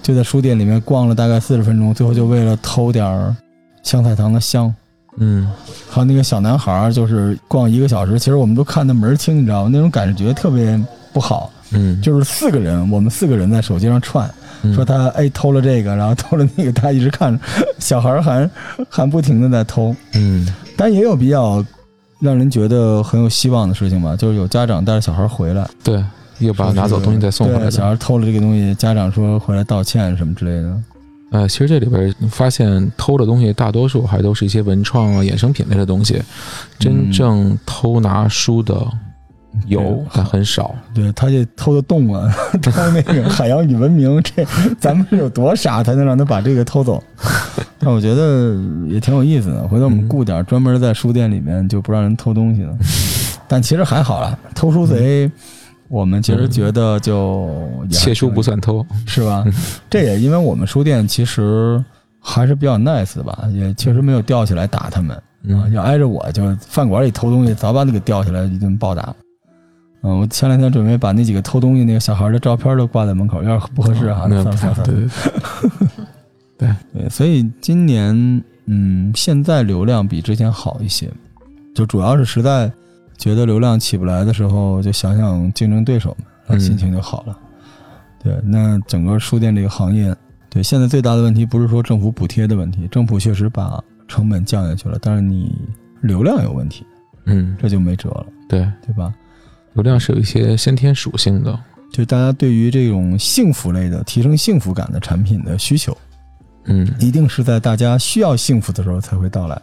A: 就在书店里面逛了大概四十分钟，最后就为了偷点儿香菜糖的香。
C: 嗯
A: 还有那个小男孩儿，就是逛一个小时，其实我们都看得门儿清，你知道吗？那种感觉特别不好。
C: 嗯，
A: 就是四个人，我们四个人在手机上串，
C: 嗯
A: 说他哎偷了这个，然后偷了那个，他一直看着，小孩儿还还不停的在偷。
C: 嗯
A: 但也有比较让人觉得很有希望的事情吧，就是有家长带着小孩回来，
C: 对，又把拿走东西再送回来
A: 对小
C: 的。
A: 孩偷了这个东西，家长说回来道歉什么之类的。
C: 呃，其实这里边发现偷的东西，大多数还都是一些文创啊、衍生品类的东西。真正偷拿书的有
A: 对，
C: 但很少。
A: 对，他这偷的动 物，偷那个海洋与文明，这咱们是有多傻才能让他把这个偷走？ 但我觉得也挺有意思的，回头我们
C: 嗯
A: 雇点儿专门在书店里面就不让人偷东西的。但其实还好啦，偷书贼，我们其实觉得就也还
C: 窃嗯书
A: 挺
C: 不算偷。
A: 是吧？这也因为我们书店其实还是比较 nice 的吧，也确实没有吊起来打他们啊。
C: 嗯
A: 要挨着我，就是饭馆里偷东西，早把你给吊起来一顿暴打。嗯，我前两天准备把那几个偷东西那个小孩的照片都挂在门口，要是不合适啊，
C: 那
A: 算
C: 不
A: 了算
C: 太
A: 了
C: 好。
A: 算
C: 对
A: 了。
C: 对对，
A: 对，所以今年嗯，现在流量比之前好一些，就主要是实在觉得流量起不来的时候，就想想竞争对手们，然后心情就好了。对，那整个书店这个行业，对现在最大的问题不是说政府补贴的问题，政府确实把成本降下去了，但是你流量有问题，
C: 嗯，
A: 这就没辙了，
C: 对，
A: 对吧？
C: 流量是有一些先天属性的。
A: 就大家对于这种幸福类的、提升幸福感的产品的需求，
C: 嗯
A: 一定是在大家需要幸福的时候才会到来。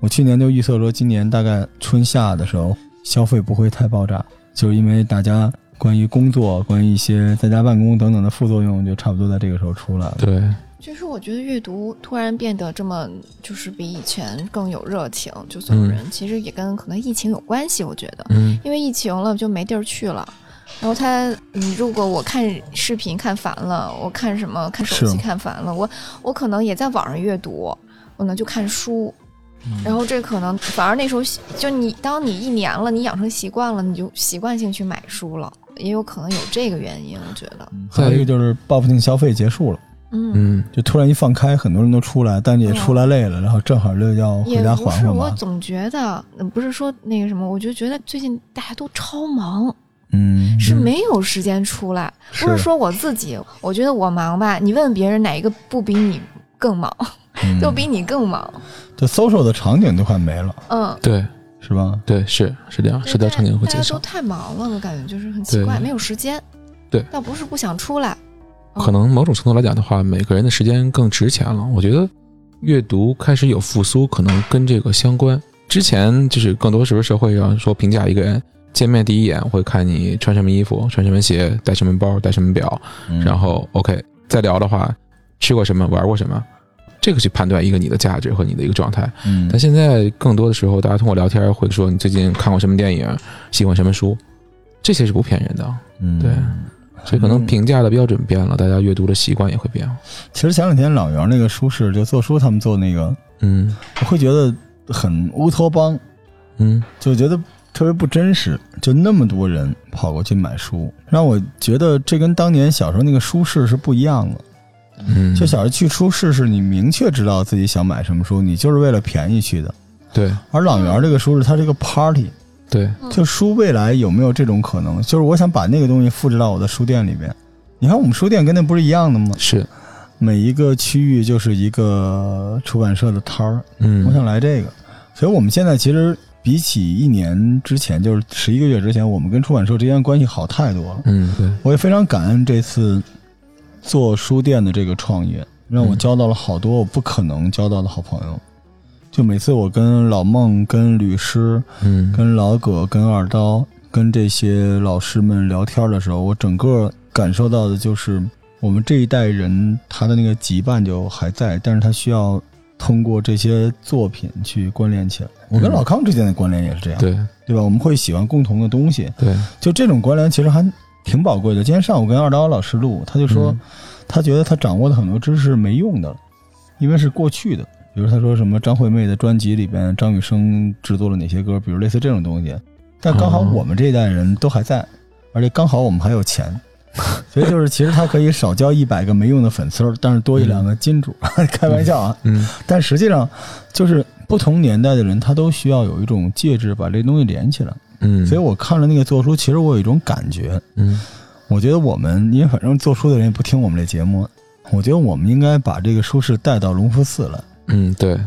A: 我去年就预测说，今年大概春夏的时候消费不会太爆炸，就是因为大家关于工作、关于一些在家办公等等的副作用，就差不多在这个时候出来了。
C: 对，
B: 就是我觉得阅读突然变得这么，就是比以前更有热情，就所有
C: 嗯
B: 人、其实也跟可能疫情有关系，我觉得，
C: 嗯
B: 因为疫情了就没地儿去了。然后他，你如果我看视频看烦了，我看什么看手
A: 是
B: 机看烦了，我我可能也在网上阅读，我呢就看书，
A: 嗯
B: 然后这可能反而那时候习就你当你一年了，你养成习惯了，你就习惯性去买书了，也有可能有这个原因，我觉得，
A: 嗯还有一个就是报复性消费结束了，
B: 嗯，
C: 嗯
A: 就突然一放开，很多人都出来，但也出来累了，然后正好就要回
B: 也
A: 家
B: 不
A: 缓
B: 是，
A: 缓
B: 我
A: 吧。
B: 总觉得嗯不是说那个什么，我就觉得最近大家都超忙，
A: 嗯，
B: 是没有时间出来。不是
A: 是
B: 说我自己，我觉得我忙吧，你问别人哪一个不比你更忙，
A: 嗯
B: 就比你嗯更忙，
A: 就 social 的场景都快没了，
B: 嗯。
C: 对
A: 是吧？
C: 对是是这样，社交场景会
B: 大
C: 减
B: 家都
C: 少，
B: 太忙了，我感觉就是很奇
C: 对
B: 怪，没有时间。
C: 对
B: 倒不是不想出来，嗯
C: 可能某种程度来讲的话，每个人的时间更值钱了。我觉得阅读开始有复苏，可能跟这个相关。之前就是更多是不是社会上说评价一个人，见面第一眼会看你穿什么衣服、穿什么鞋、带什么包、带什么表，
A: 嗯
C: 然后 OK 再聊的话，吃过什么、玩过什么，这个去判断一个你的价值和你的一个状态。
A: 嗯
C: 但现在更多的时候，大家通过聊天会说你最近看过什么电影，喜欢什么书，这些是不骗人的。啊
A: 嗯
C: 对所以可能
A: 嗯
C: 评价的标准变了，大家阅读的习惯也会变。
A: 其实前两天老袁那个书市就做书，他们做那个，
C: 嗯
A: 我会觉得很乌托邦，
C: 嗯
A: 就觉得特别不真实。就那么多人跑过去买书，让我觉得这跟当年小时候那个书市是不一样的。
C: 嗯，
A: 就小时候去书市是你明确知道自己想买什么书，你就是为了便宜去的。
C: 对
A: 而朗园这个书市，它是一个 party，
C: 对，
A: 就书未来有没有这种可能？就是我想把那个东西复制到我的书店里边，你看我们书店跟那不是一样的吗？
C: 是，
A: 每一个区域就是一个出版社的摊儿，我
C: 嗯
A: 想来这个。所以我们现在其实比起一年之前，就是十一个月之前，我们跟出版社之间关系好太多了。
C: 嗯，对，
A: 我也非常感恩这次做书店的这个创业，让我
C: 嗯
A: 交到了好多我不可能交到的好朋友。就每次我跟老孟、跟律师、
C: 嗯，
A: 跟老葛、跟二刀、跟这些老师们聊天的时候，我整个感受到的就是，我们这一代人他的那个羁绊就还在，但是他需要通过这些作品去关联起来。我跟
C: 嗯
A: 老康之间的关联也是这样，
C: 对
A: 对吧？我们会喜欢共同的东西，
C: 对，
A: 就这种关联其实还挺宝贵的。今天上午跟二刀老师录，他就说、
C: 嗯
A: 他觉得他掌握的很多知识没用的，因为是过去的。比如他说什么张惠妹的专辑里边张雨生制作了哪些歌，比如类似这种东西。但刚好
C: 哦
A: 我们这一代人都还在，而且刚好我们还有钱，所以就是其实他可以少交一百个没用的粉丝儿，但是多一两个金主。 开玩笑啊，
C: 嗯
A: 但实际上就是不同年代的人，他都需要有一种介质把这东西连起来。
C: 嗯，
A: 所以我看了那个做书，其实我有一种感觉，
C: 嗯
A: 我觉得我们，因为反正做书的人也不听我们这节目，我觉得我们应该把这个书市带到龙福寺来，
C: 嗯对，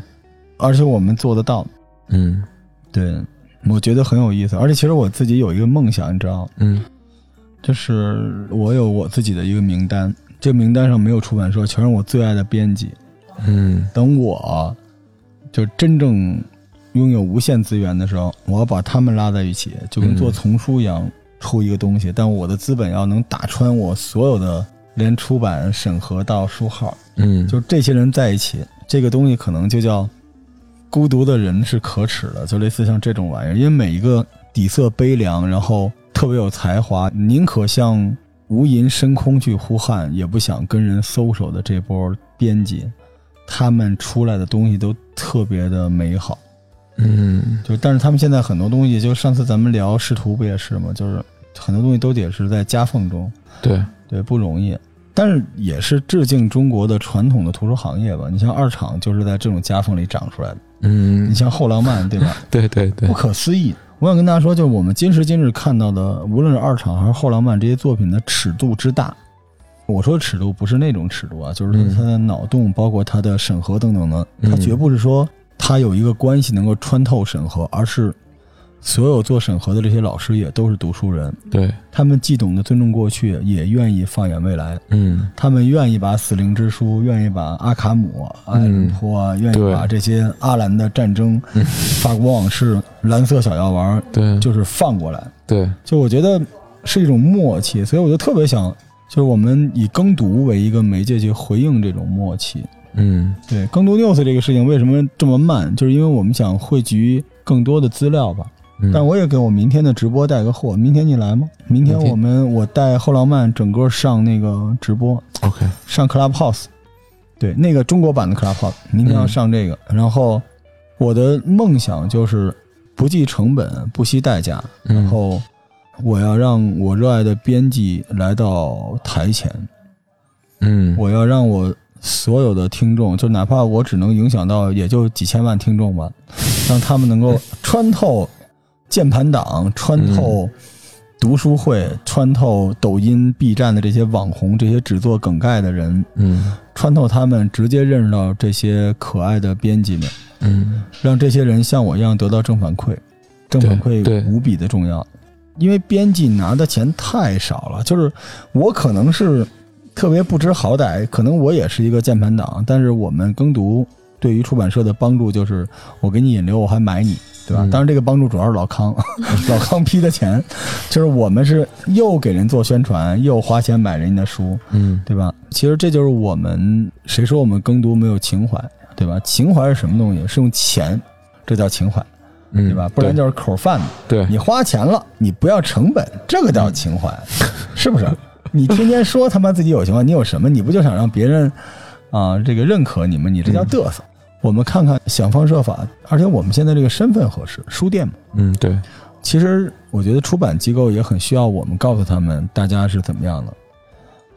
A: 而且我们做得到。
C: 嗯
A: 对，我觉得很有意思。而且其实我自己有一个梦想，你知道，
C: 嗯
A: 就是我有我自己的一个名单，这名单上没有出版社，全是我最爱的编辑。
C: 嗯
A: 等我就真正拥有无限资源的时候，我要把他们拉在一起，就跟
C: 嗯
A: 做丛书一样，出一个东西。但我的资本要能打穿我所有的，连出版、审核到书号，
C: 嗯，
A: 就这些人在一起，这个东西可能就叫孤独的人是可耻的，就类似像这种玩意儿。因为每一个底色悲凉，然后特别有才华，宁可向无垠深空去呼喊，也不想跟人搜索的这波编辑，他们出来的东西都特别的美好。
C: 嗯
A: 就但是他们现在很多东西，就上次咱们聊仕途不也是吗？就是很多东西都得是在夹缝中。
C: 对，
A: 对，不容易。但是也是致敬中国的传统的图书行业吧。你像二厂就是在这种夹缝里长出来的，
C: 嗯
A: 你像后浪漫，对吧？
C: 对对 对
A: 不，可思议。我想跟大家说，就是我们今时今日看到的，无论是二厂还是后浪漫这些作品的尺度之大，我说的尺度不是那种尺度啊，就是
C: 嗯
A: 说它的脑洞，包括它的审核等等的，它
C: 嗯
A: 绝不是说它有一个关系能够穿透审核，而是所有做审核的这些老师也都是读书人，
C: 对，
A: 他们既懂得尊重过去，也愿意放眼未来。
C: 嗯
A: 他们愿意把《死灵之书》，愿意把阿卡姆、阿伦坡啊，愿意
C: 嗯对
A: 把这些阿兰的战争、法国往事、蓝色小药丸，
C: 对
A: 就是放过来。
C: 对，
A: 就我觉得是一种默契，所以我就特别想，就是我们以耕读为一个媒介去回应这种默契。
C: 嗯
A: 对，耕读 news 这个事情为什么这么慢，就是因为我们想汇集更多的资料吧。
C: 嗯，
A: 但我也给我明天的直播带个货，明天你来吗？明天
C: 明天
A: 我们我带后浪漫整个上那个直播，
C: OK，
A: 上 Clubhouse，对，那个中国版的 Clubhouse，明天要上这个。然后我的梦想就是不计成本、不惜代价，
C: 然
A: 然后我要让我热爱的编辑来到台前，
C: 嗯
A: 我要让我所有的听众，就哪怕我只能影响到也就几千万听众吧，让他们能够穿透键盘党，穿透读书会，穿透抖音、B 站的这些网红，这些只做梗概的人。
C: 嗯
A: 穿透他们，直接认识到这些可爱的编辑们，
C: 嗯
A: 让这些人像我一样得到正反馈。正反
C: 对
A: 馈
C: 对
A: 无比的重要，因为编辑拿的钱太少了。就是我可能是特别不知好歹，可能我也是一个键盘党，但是我们耕读对于出版社的帮助就是我给你引流，我还买你。对吧
C: 嗯？
A: 当然，这个帮助主要是老康， 老康批的钱，就是我们是又给人做宣传，又花钱买人家的书，
C: 嗯
A: 对吧？其实这就是我们谁说我们耕读没有情怀，对吧？情怀是什么东西？是用钱，这叫情怀，
C: 嗯，
A: 对吧？不然就是口贩子。
C: 对
A: 你花钱了，你不要成本，这个叫情怀，
C: 嗯
A: 是不是？你天天说他妈自己有情怀，你有什么？你不就想让别人啊、这个认可你们？你这
C: 嗯
A: 叫嘚瑟。我们看看，想方设法，而且我们现在这个身份合适，书店嘛。
C: 嗯对，
A: 其实我觉得出版机构也很需要我们告诉他们大家是怎么样的，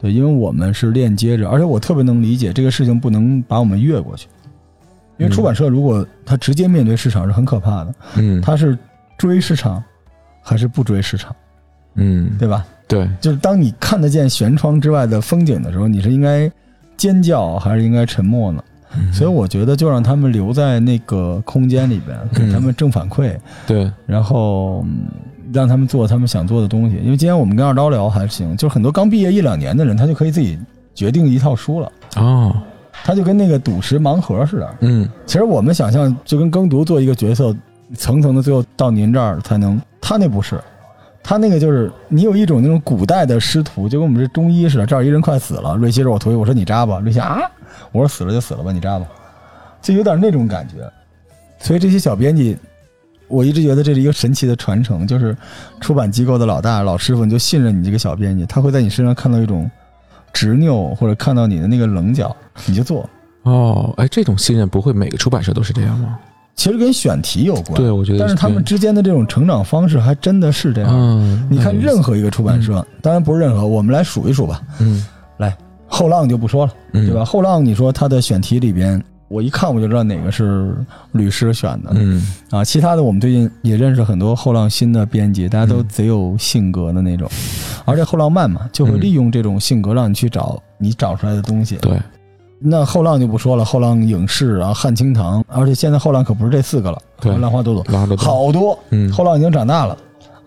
A: 对，因为我们是链接着，而且我特别能理解这个事情不能把我们越过去，因为出版社如果它直接面对市场是很可怕的，
C: 嗯
A: 它是追市场还是不追市场，
C: 嗯
A: 对吧？
C: 对，
A: 就是当你看得见舷窗之外的风景的时候，你是应该尖叫还是应该沉默呢？
C: 嗯
A: 所以我觉得就让他们留在那个空间里边，给他们正反馈，
C: 对，
A: 然后嗯让他们做他们想做的东西。因为今天我们跟二刀聊还行，就是很多刚毕业一两年的人，他就可以自己决定一套书了，
C: 哦，
A: 他就跟那个赌石盲盒似的。
C: 嗯，
A: 其实我们想象就跟耕读做一个角色，层层的最后到您这儿才能，他那不是。他那个就是你有一种那种古代的师徒，就跟我们这中医似的，这儿一人快死了，瑞希说我徒弟，我说你扎吧，瑞希啊，我说死了就死了吧，你扎吧，就有点那种感觉。所以这些小编辑，我一直觉得这是一个神奇的传承，就是出版机构的老大老师傅，你就信任你这个小编辑，他会在你身上看到一种执拗，或者看到你的那个棱角，你就做。
C: 哦，哎，这种信任不会每个出版社都是这样吗？
A: 其实跟选题有关，
C: 对，我觉得，
A: 但是他们之间的这种成长方式还真的是这
C: 对，
A: 样。
C: 嗯，
A: 你看
C: 那有意思
A: 任何一个出版社，当然不是任何，我们来数一数吧。
C: 嗯
A: 后浪就不说了，
C: 嗯，
A: 对吧？？后浪你说它的选题里边，我一看我就知道哪个是律师选的
C: 嗯，
A: 啊。其他的我们最近也认识很多后浪新的编辑，大家都
C: 嗯
A: 贼有性格的那种，而且后浪慢嘛，就会
C: 嗯
A: 利用这种性格让你去找你找出来的东西。
C: 对，
A: 那后浪就不说了，后浪影视啊，汉清堂，而且现在后浪可不是这四个了，
C: 对
A: 浪花朵朵
C: 拉着，
A: 好多，
C: 嗯，
A: 后浪已经长大了，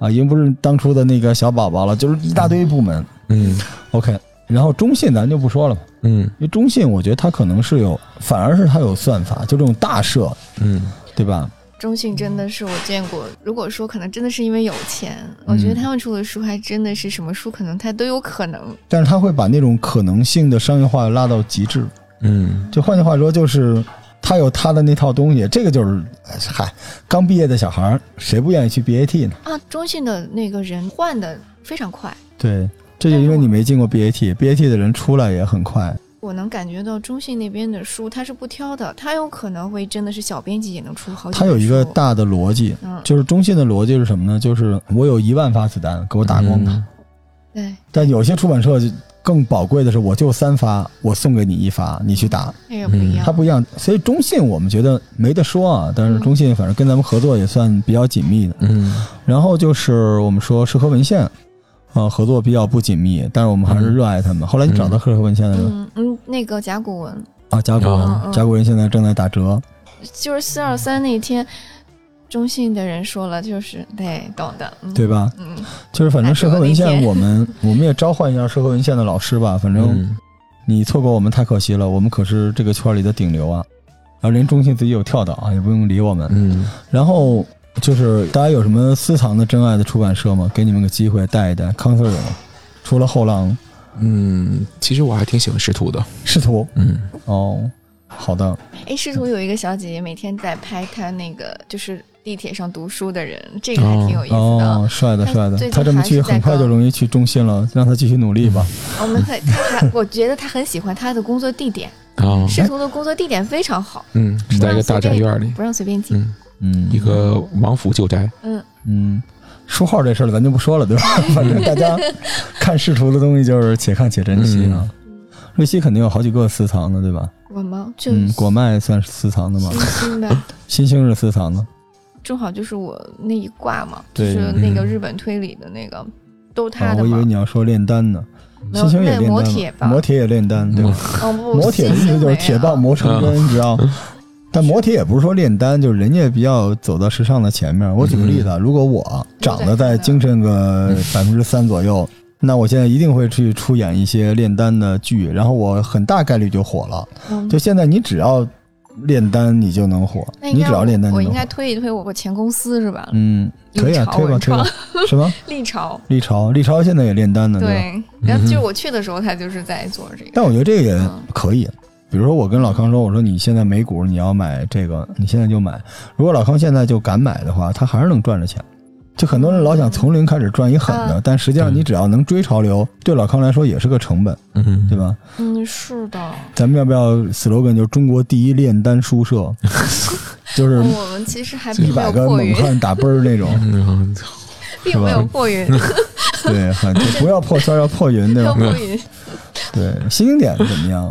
A: 啊，已经不是当初的那个小宝宝了，就是一大堆部门。
C: 嗯
A: OK，然后中信咱就不说了吧，
C: 嗯
A: 因为中信我觉得它可能是有，反而是它有算法，就这种大社，
C: 嗯，
A: 对吧？
B: 中信真的是我见过，如果说可能真的是因为有钱，
C: 嗯
B: 我觉得他们出的书还真的是什么书可能他都有可能。
A: 但是它会把那种可能性的商业化拉到极致。
C: 嗯，
A: 就换句话说，就是它有它的那套东西，这个就是，哎嗨，刚毕业的小孩儿谁不愿意去 BAT 呢？
B: 啊，中信的那个人换的非常快，
A: 对，这就因为你没进过 BAT，BAT 的人出来也很快。
B: 我能感觉到中信那边的书他是不挑的，他有可能会真的是小编辑也能出好几
A: 它
B: 本书。
A: 有一个大的逻辑，
B: 嗯，
A: 就是中信的逻辑是什么呢？就是我有一万发子弹，给我打光它。
C: 嗯
B: 对，
A: 但有些出版社就更宝贵的是，我就三发，我送给你一发，你去打，
B: 那个不一
A: 嗯
B: 样。
A: 它不一样。所以中信我们觉得没得说啊，但是中信反正跟咱们合作也算比较紧密的。
C: 嗯
A: 然后就是我们说是和文献，啊、合作比较不紧密，但是我们还是热爱他们。后来你找到是和文献的人、
B: 嗯嗯，那个甲骨文
A: 啊，甲骨
C: 嗯
A: 文，
B: 嗯
A: 甲骨文现在正在打折，
B: 就是四二三那天，中信的人说了，就是对，懂的，嗯，
A: 对吧？
B: 嗯，
A: 就是反正是和文
B: 打折那
A: 献，
B: 天
A: 我们我们也召唤一下是和文献的老师吧，反正、
C: 嗯
A: 你错过我们太可惜了，我们可是这个圈里的顶流啊！然后连中信自己有跳蚤啊，也不用理我们。
C: 嗯，
A: 然后就是大家有什么私藏的真爱的出版社吗？给你们个机会带一带康 Sir 有吗？除了后浪
C: 嗯，其实我还挺喜欢师徒的，
A: 仕途
C: 嗯
A: 哦，好的，
B: 哎，试图有一个小姐姐每天在拍她那个就是地铁上读书的人，这个还挺有意思的。
A: 哦，帅的
B: 他
A: 帅的，
B: 最近
A: 他这么
B: 还是
A: 去
B: 在
A: 很快
B: 搞
A: 就容易去中信了，让他继续努力吧。
B: 我们
A: 哦
B: 在她还，我觉得她很喜欢她的工作地点，
A: 嗯哦
C: 啊，
B: 试图的工作地点非常好，
C: 嗯，是在一个大宅院里，
B: 不让随便进。
C: 嗯，
A: 嗯，
C: 一个王府旧宅，
B: 嗯，
A: 嗯，书号这事儿咱就不说了，对吧？ 反正大 家看仕途的东西就是且看且珍惜啊。瑞希肯定有好几个私藏的，对吧？
B: 我吗？就
A: 嗯，果麦算是私藏的吗
B: 星？星吧，
A: 新星是私藏的，
B: 正好就是我那一挂嘛，就
A: 对
B: 是那个
C: 嗯
B: 日本推理的那个，都是
A: 啊
B: 她，的
A: 我以
B: 嘛
A: 为。你要说炼丹呢。
B: 没有
A: 新星也
B: 那
A: 炼
B: 磨
A: 丹
B: 铁
A: 了，
B: 吧？
A: 磨铁也炼丹，对吧？
B: 哦 不，
A: 磨铁的意思就是铁棒
B: 磨。
A: 磨成针，你知道 吗？但磨铁也不是说炼丹，就是人家比较走到时尚的前面。我举个例子啊，如果我长得再精神个百分之三左右，那我现在一定会去出演一些炼丹的剧，然后我很大概率就火了。
B: 嗯
A: 就现在，你只要炼丹，你就能火；
B: 那应
A: 你
B: 该
A: 只要炼丹，
B: 我
A: 你
B: 应
A: 就
B: 该
A: 能火。
B: 推一推我我前公司是吧？
A: 嗯，可以啊，
B: 历朝
A: 推吧
B: 文
A: 推吧
B: 创，
A: 什么？
B: 历朝。
A: 历朝，历朝现在也炼丹呢，吧？
B: 对，然后就是
C: 嗯哼
B: 我去的时候，他就是在做这个。
A: 但我觉得这个也
B: 嗯
A: 可以。比如说，我跟老康说，我说你现在美股你要买这个，你现在就买。如果老康现在就敢买的话，他还是能赚着钱。就很多人老想从零开始赚一狠
B: 嗯
A: 的，但实际上
C: 对
A: 你只要能追潮流，对老康来说也是个成本，
C: 嗯，
A: 对？吧？
B: 嗯，是的，
A: 咱们要不要 slogan 就是中国第一炼丹书社， 就是
B: 我们其实还
A: 一
B: 并没
A: 百
B: 有
A: 个
B: 迫
A: 猛
B: 于，
A: 汉打奔儿那种？
C: 嗯，
B: 并没有迫 于，
A: 对，很就不要破圈，要破云，对
B: 没有
A: 吧？
B: 迫于。
A: 对，新经典怎么样？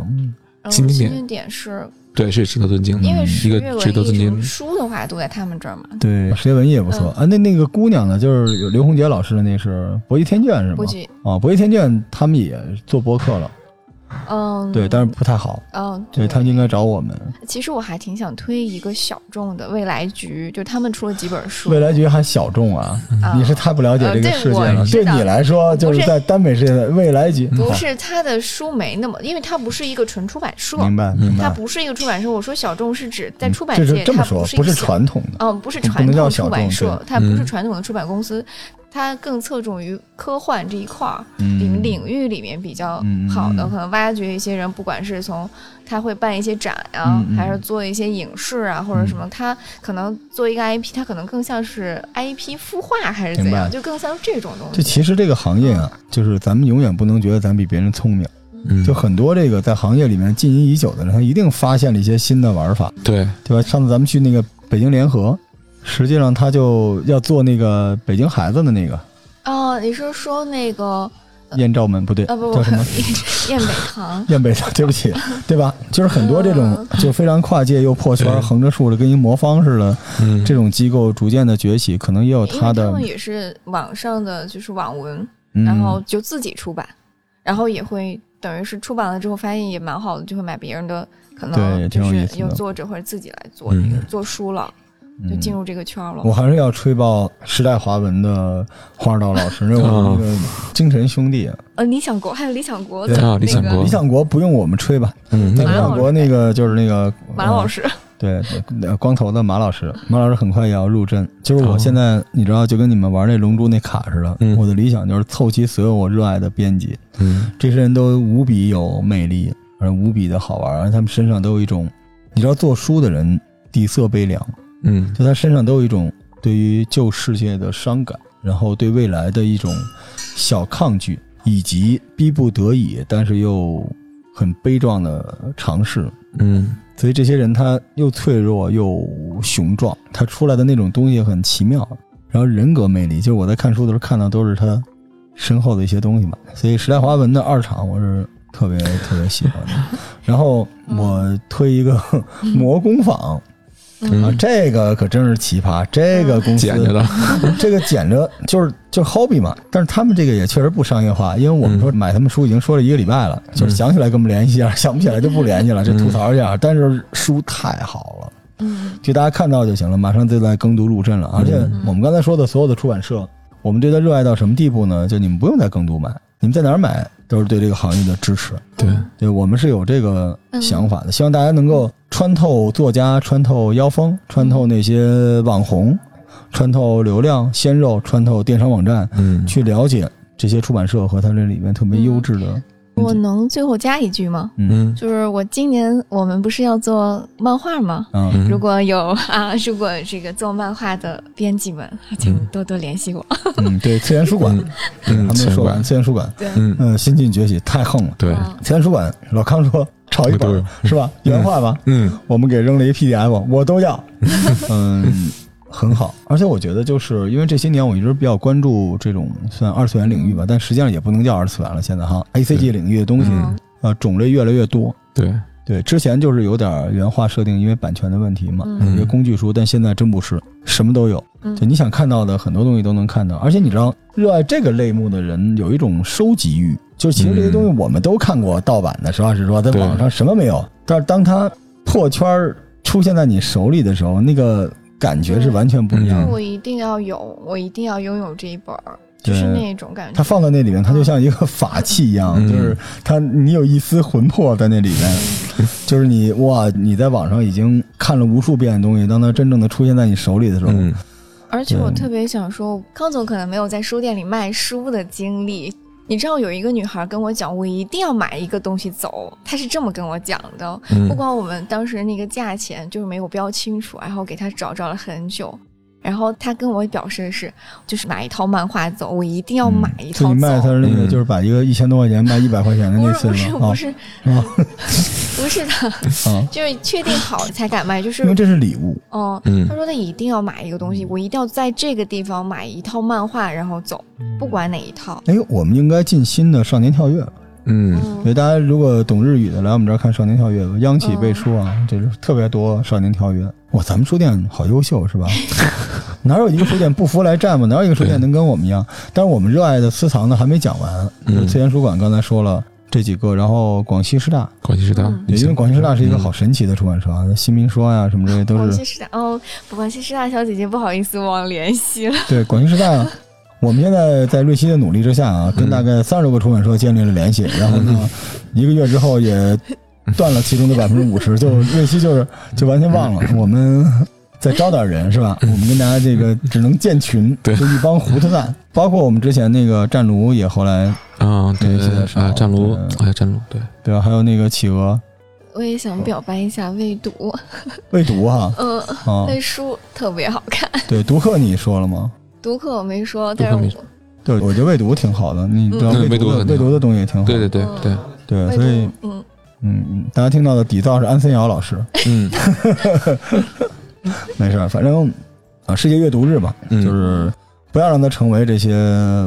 B: 然后
C: 新经典
B: 新经典是
C: 对，是值得尊敬的，
B: 因为
C: 嗯
B: 十
C: 一个
B: 月
C: 值得
B: 文艺
C: 尊
B: 这
C: 敬
B: 种
C: 的。
B: 书的话，都在他们这儿嘛。
A: 对，十月文艺也不错
B: 嗯
A: 啊。那那个姑娘呢，就是有刘洪杰老师的，那是《博弈天卷》是吗
B: 不？举，
A: 啊，《博弈天卷》他们也做播客了，
B: 嗯，
A: 对，但是不太好，
B: 嗯，
A: 对他们应该找我们。
B: 其实我还挺想推一个小众的未来局，就他们出了几本书。
A: 未来局还小众啊，
B: 啊
A: 你是太不了解这个
B: 呃对
A: 世界
B: 我
A: 了。
B: 知
A: 对
B: 道
A: 你来说，就
B: 不
A: 是
B: 是
A: 在耽美世界的未来局，
B: 不
A: 嗯好
B: 是他的书没那么，因为它不是一个纯出版社，
A: 明白明
B: 它
A: 白，
B: 嗯
A: 嗯
B: 不是一个出版社。我说小众是指在出版
A: 这
B: 界，
A: 是这么
B: 它
A: 说，
B: 是
A: 不是
B: 一个小
A: 传统的。
B: 嗯，不是
A: 不
B: 传
A: 能叫
B: 统
A: 小
B: 出版
A: 众
B: 社，它不
C: 嗯
B: 是传统的出版公司，它更侧重于科幻这一块儿，领
A: 嗯，
B: 领域里面比较
A: 嗯嗯
B: 好的，
A: 嗯
B: 可能挖掘一些人，不管是从他会办一些展呀、
A: 嗯嗯
B: 还是做一些影视啊，或者什么，他可能做一个 IP，他可能更像是 IP 孵化还是怎
A: 明白
B: 样，就更像这种东
A: 就
B: 西。
A: 其实这个行业啊，就是咱们永远不能觉得咱比别人聪明。
C: 嗯，
A: 就很多这个在行业里面浸淫已久的人，他一定发现了一些新的玩法，
C: 对，
A: 对吧？上次咱们去那个北京联合，实际上他就要做那个北京孩子的那个
B: 哦，你是说那个
A: 艳照门，不 对，
B: 呃不
A: 叫
B: 不
A: 什么？？
B: 燕北堂
A: 燕北的，对不 起，对吧？就是很多这种
B: 嗯
A: 就非常跨界又破圈、
C: 对
A: 横着竖着跟一魔方似的
C: 嗯，
A: 这种机构逐渐的崛起，可能也有
B: 因为他
A: 哦的
B: 们，也是网上的就是网文，
A: 嗯
B: 然后就自己出版，然后也会等于是出版了之后发现也蛮好的，就会买别人的，可
A: 对也
B: 能
A: 挺
B: 就
A: 有意
B: 是
A: 思的
B: 有作者或者自己来做
C: 嗯
B: 这个做书了，就进入这个圈了
A: 嗯我。还是要吹爆时代华文的黄二道老师，那我们
C: 嗯
A: 那个精神兄弟，
B: 呃，理想国 还有理想国
A: 对
B: 的
C: 啊理想
B: 那个
C: 国
A: 理想国不用我们吹吧，
C: 嗯，
A: 那
C: 那
A: 李
B: 马老
A: 想
B: 师
A: 国那个就是那个
B: 马老
A: 师，
B: 师，
A: 对，呃光头的马老师， 马老师很快也要入阵。就是我
C: 哦
A: 现在，你知道，就跟你们玩那龙珠那卡似的，
C: 嗯
A: 我的理想就是凑齐所有我热爱的编辑，
C: 嗯
A: 这些人都无比有魅力，而无比的好玩，而他们身上都有一种，你知道，做书的人底色悲凉，
C: 嗯
A: 就他身上都有一种对于旧世界的伤感，然后对未来的一种小抗拒，以及逼不得已但是又很悲壮的尝试。
C: 嗯
A: 所以这些人他又脆弱又雄壮，他出来的那种东西很奇妙。然后人格魅力，就是我在看书的时候看到都是他身后的一些东西嘛。所以时代华文的二场我是特别特别喜欢的。然后我推一个 魔工坊啊，
C: 嗯，
A: 这个可真是奇葩，这个公司
C: 捡着了，
A: 这个捡着就是就是 hobby 嘛，但是他们这个也确实不商业化，因为我们说买他们书已经说了一个礼拜了，就是想起来跟我们联系一下，想不起来就不联系了，这吐槽一下。但是书太好了，
B: 嗯，
A: 就大家看到就行了，马上就在耕读入阵了。而且我们刚才说的所有的出版社，我们对它热爱到什么地步呢？就你们不用在耕读买，你们在哪儿买都是对这个行业的支持。
C: 对，
A: 对我们是有这个想法的，希望大家能够穿透作家，穿透妖风，穿透那些网红，穿透流量、鲜肉，穿透电商网站，
C: 嗯，
A: 去了解这些出版社和它这里面特别优质的。
B: 嗯我能最后加一句吗？
A: 嗯
C: 嗯
B: 就是我今年我们不是要做漫画吗？
A: 嗯，
C: 嗯，
B: 如果有啊，如果这个做漫画的编辑们，请多多联系我。
A: 嗯，对，次元书馆
C: 嗯
A: 还没有说完，
C: 嗯
A: 次元书馆，
B: 对，
C: 嗯，
A: 嗯，新晋崛起太横了。
C: 对，
B: 嗯
A: 次元书馆，老康说炒一
C: 我都
A: 本
C: 有
A: 是吧？原话吧，
C: 嗯
A: 我们给扔了一 PDF，我都要。嗯，很好。而且我觉得，就是因为这些年我一直比较关注这种算二次元领域吧，但实际上也不能叫二次元了。现在哈，A C G 领域的东西，
B: 嗯
A: 呃，种类越来越多。
C: 对，
A: 对，之前就是有点原画设定，因为版权的问题嘛，
B: 嗯
A: 有些
C: 嗯
A: 工具书，但现在真不是什么都有。
B: 嗯
A: 就你想看到的很多东西都能看到，而且你知道，热爱这个类目的人有一种收集欲，就是其实这些东西我们都看过盗版的，实话实说，在
C: 对
A: 网上什么没有，但是当它破圈儿出现在你手里的时候，那个感觉是完全不一样
B: 因为
A: 的。
B: 我一定要有，我一定要拥有这一本儿，
A: 对
B: 就是那种感觉。
A: 它放在那里面，它就像一个法器一样，
C: 嗯
A: 就是它，你有一丝魂魄在那里 面，就是你哇，你在网上已经看了无数遍的东西，当它真正的出现在你手里的时候，
C: 嗯
B: 而且我
A: 对
B: 特别想说，康总可能没有在书店里卖书的经历。你知道有一个女孩跟我讲，我一定要买一个东西走，她是这么跟我讲的。
C: 嗯
B: 不光我们当时那个价钱就是没有标清楚，然后给她找找了很久。然后她跟我表示的是，就是买一套漫画走，我一定要买
A: 所
B: 一
A: 以
B: 套
A: 你
B: 走。
A: 嗯卖它是那个，
C: 嗯
A: 就是把一个一千多块钱卖一百块钱的
B: 不
A: 那
B: 是
A: 次
B: 不是
A: 吗？啊
B: 不是
A: 啊
B: 不是的，
A: 啊，
B: 就是确定好才敢卖，就是
A: 因为这是礼物。
B: 哦，
C: 嗯
B: 他说他一定要买一个东西，我一定要在这个地方
A: 嗯
B: 买一套漫画，然后走，不管哪一套。
A: 哎，我们应该进新的少年跳跃，
C: 嗯，
A: 所以大家如果懂日语的，来我们这儿看《少年跳跃》吧，央企背书啊，
B: 嗯
A: 这是特别多《少年跳跃》。哇，咱们书店好优秀 是吧？哪有一个书店不服来战嘛？哪有一个书店能跟我们一样？但是我们热爱的私藏呢还没讲完，
B: 嗯
A: 就是次元书馆刚才说了这几个，然后广西师大，
C: 广西师大
B: 嗯，
A: 也因为广西师大是一个好神奇的出版社啊，新民说呀、什么这些都
B: 广
A: 是
B: 西师大哦，广西师大小姐姐，不好意思，忘了联系了。
A: 对广西师 大。啊我们现在在瑞希的努力之下啊，
C: 嗯
A: 跟大概三十多个出版社建立了联系，然后 呢，一个月之后也断了其中的百分之五 十，就瑞希就是就完全忘了
C: 嗯
A: 我们。再招点人是吧？我们跟大家这个只能建群，
C: 对
A: 就一帮糊涂蛋。包括我们之前那个战卢也后来
C: 啊，对对
A: 对
C: 对
A: 是的
C: 啊，战卢
A: 是，
C: 哎，战卢，对，
A: 对吧？还有那个企鹅
B: 我也想表白一下魏读，
A: 未读哈
B: 嗯，
A: 啊，
B: 那书特别好看。
A: 对，读客你说了吗？
B: 读客我没说，
C: 读
B: 但
C: 客
B: 是
C: 没
B: 我
A: 对，我觉得未读挺好的，你知道未
C: 嗯
A: 读
C: 未读
A: 的
C: 很
A: 未读的东西也挺好。
C: 对对对对，
A: 对，
B: 魏
A: 所以
B: 读，嗯，
A: 嗯，嗯大家听到的底噪是安森瑶老师，
C: 嗯
A: 没事儿，反正啊，世界阅读日嘛，
C: 嗯
A: 就是不要让它成为这些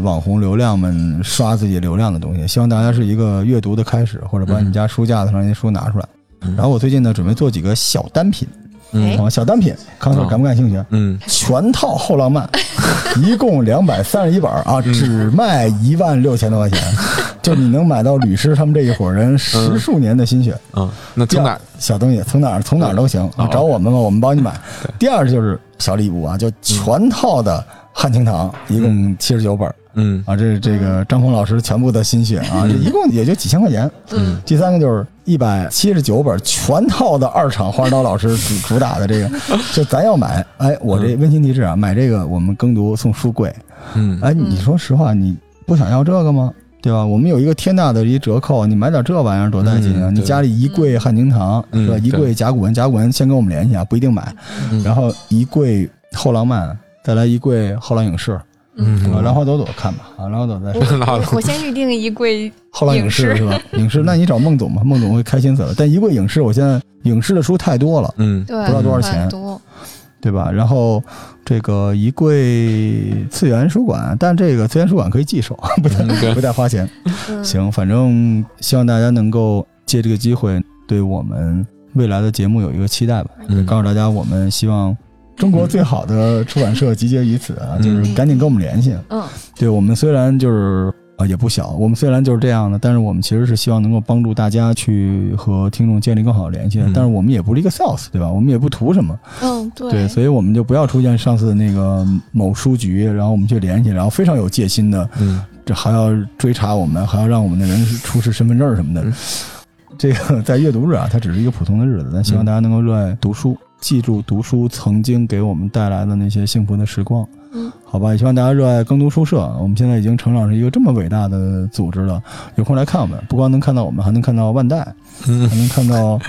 A: 网红流量们刷自己流量的东西。希望大家是一个阅读的开始，或者把你家书架子上那些书拿出来。
C: 嗯
A: 然后我最近呢，准备做几个小单品
C: 嗯
B: 哎
A: 啊，小单品，康 Sir
C: 哦
A: 感不感兴趣？啊
C: 嗯，
A: 全套后浪漫， 一共两百三十一本儿啊，
C: 嗯
A: 只卖一万六千多块钱， 就你能买到吕师他们这一伙人十
C: 嗯
A: 数年的心血。
C: 啊，那
A: 第
C: 从
A: 二
C: 哪？
A: 小东西从哪儿从哪儿都行，
C: 嗯
A: 啊找我们吧，我们帮 你买
C: 对。
A: 第二就是小礼物啊，就全套的汉清堂，一共七十九本儿
C: 嗯
A: 啊，这是这个张鹏老师全部的心血啊，这一共也就几千块钱。
B: 嗯，
A: 第三个就是一百七十九本儿全套的二厂花刀老师主主打的这 个，就咱要买，哎，我这温馨提示啊，买这个我们耕读送书柜，
C: 嗯
A: 哎，你说实话，你不想要这个吗？对吧？我们有一个天大的一折扣，你买点这玩意儿多带劲啊！
C: 嗯
A: 你
C: 对
A: 家里一柜汉精堂
C: 嗯
A: 是吧？一
C: 对
A: 柜甲骨文，甲骨文先跟我们联系啊，不一定买。
C: 嗯
A: 然后一柜后浪漫，再来一柜后浪影视，是吧？
C: 嗯，
A: 兰花朵朵看吧啊，兰花朵再说。
C: 拉了
B: 我我先预定一柜，
A: 后浪影视是吧？影视，那你找孟总吧，孟总会开心死了。但一柜影视，我现在影视的书太多了，
C: 嗯
B: 对，
A: 不知道多少钱
B: 很多，
A: 对吧？然后这个一柜次元书馆，但这个次元书馆可以寄售， 不太
C: 嗯对
A: 不太花钱。
B: 嗯，
A: 行，反正希望大家能够借这个机会，对我们未来的节目有一个期待吧。
C: 嗯
A: 告诉大家，我们希望中国最好的出版社集结于此啊，就是
B: 嗯
A: 赶紧跟我们联系。
B: 嗯，
A: 对我们虽然就是啊、也不小，我们虽然就是这样的，但是我们其实是希望能够帮助大家去和听众建立更好的联系的。
C: 嗯
A: 但是我们也不是一个 sales，对吧？我们也不图什么，
B: 嗯，对
A: 对，所以我们就不要出现上次的那个某书局，然后我们去联系，然后非常有戒心的
C: 嗯
A: 这还要追查我们，还要让我们的人出示身份证什么的
C: 嗯。
A: 这个在阅读日啊，它只是一个普通的日子，但希望大家能够热爱读书，记住读书曾经给我们带来的那些幸福的时光。
B: 嗯，
A: 好吧，也希望大家热爱耕读书社。我们现在已经成长成一个这么伟大的组织了，有空来看我们，不光能看到我们，还能看到万代，
C: 嗯
A: 还能看到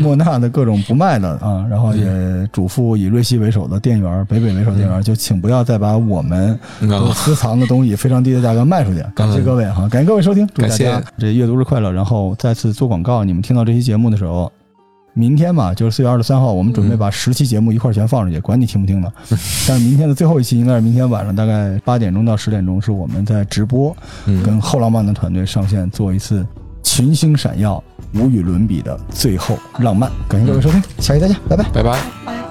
A: 莫纳的各种不卖的啊。然后也嘱咐以瑞希为首的店员，北北为首的店员，就请不要再把我们
C: 啊，嗯
A: 私藏的东西以非常低的价格卖出去。感谢各位哈，感谢各位收听，祝大家
C: 感谢
A: 这阅读日快乐。然后再次做广告，你们听到这期节目的时候，明天嘛，就是四月二十三号，我们
C: 嗯
A: 准备把十期节目一块儿全放出去，管你听不听 呢。但是明天的最后一期应该是明天晚上大概八点钟到十点钟，是我们在直播
C: 嗯
A: 跟后浪漫的团队上线做一次群星闪耀、无与伦比的最后浪漫。感谢各位收听，下期再见，拜拜。
C: 拜拜。
B: 拜拜。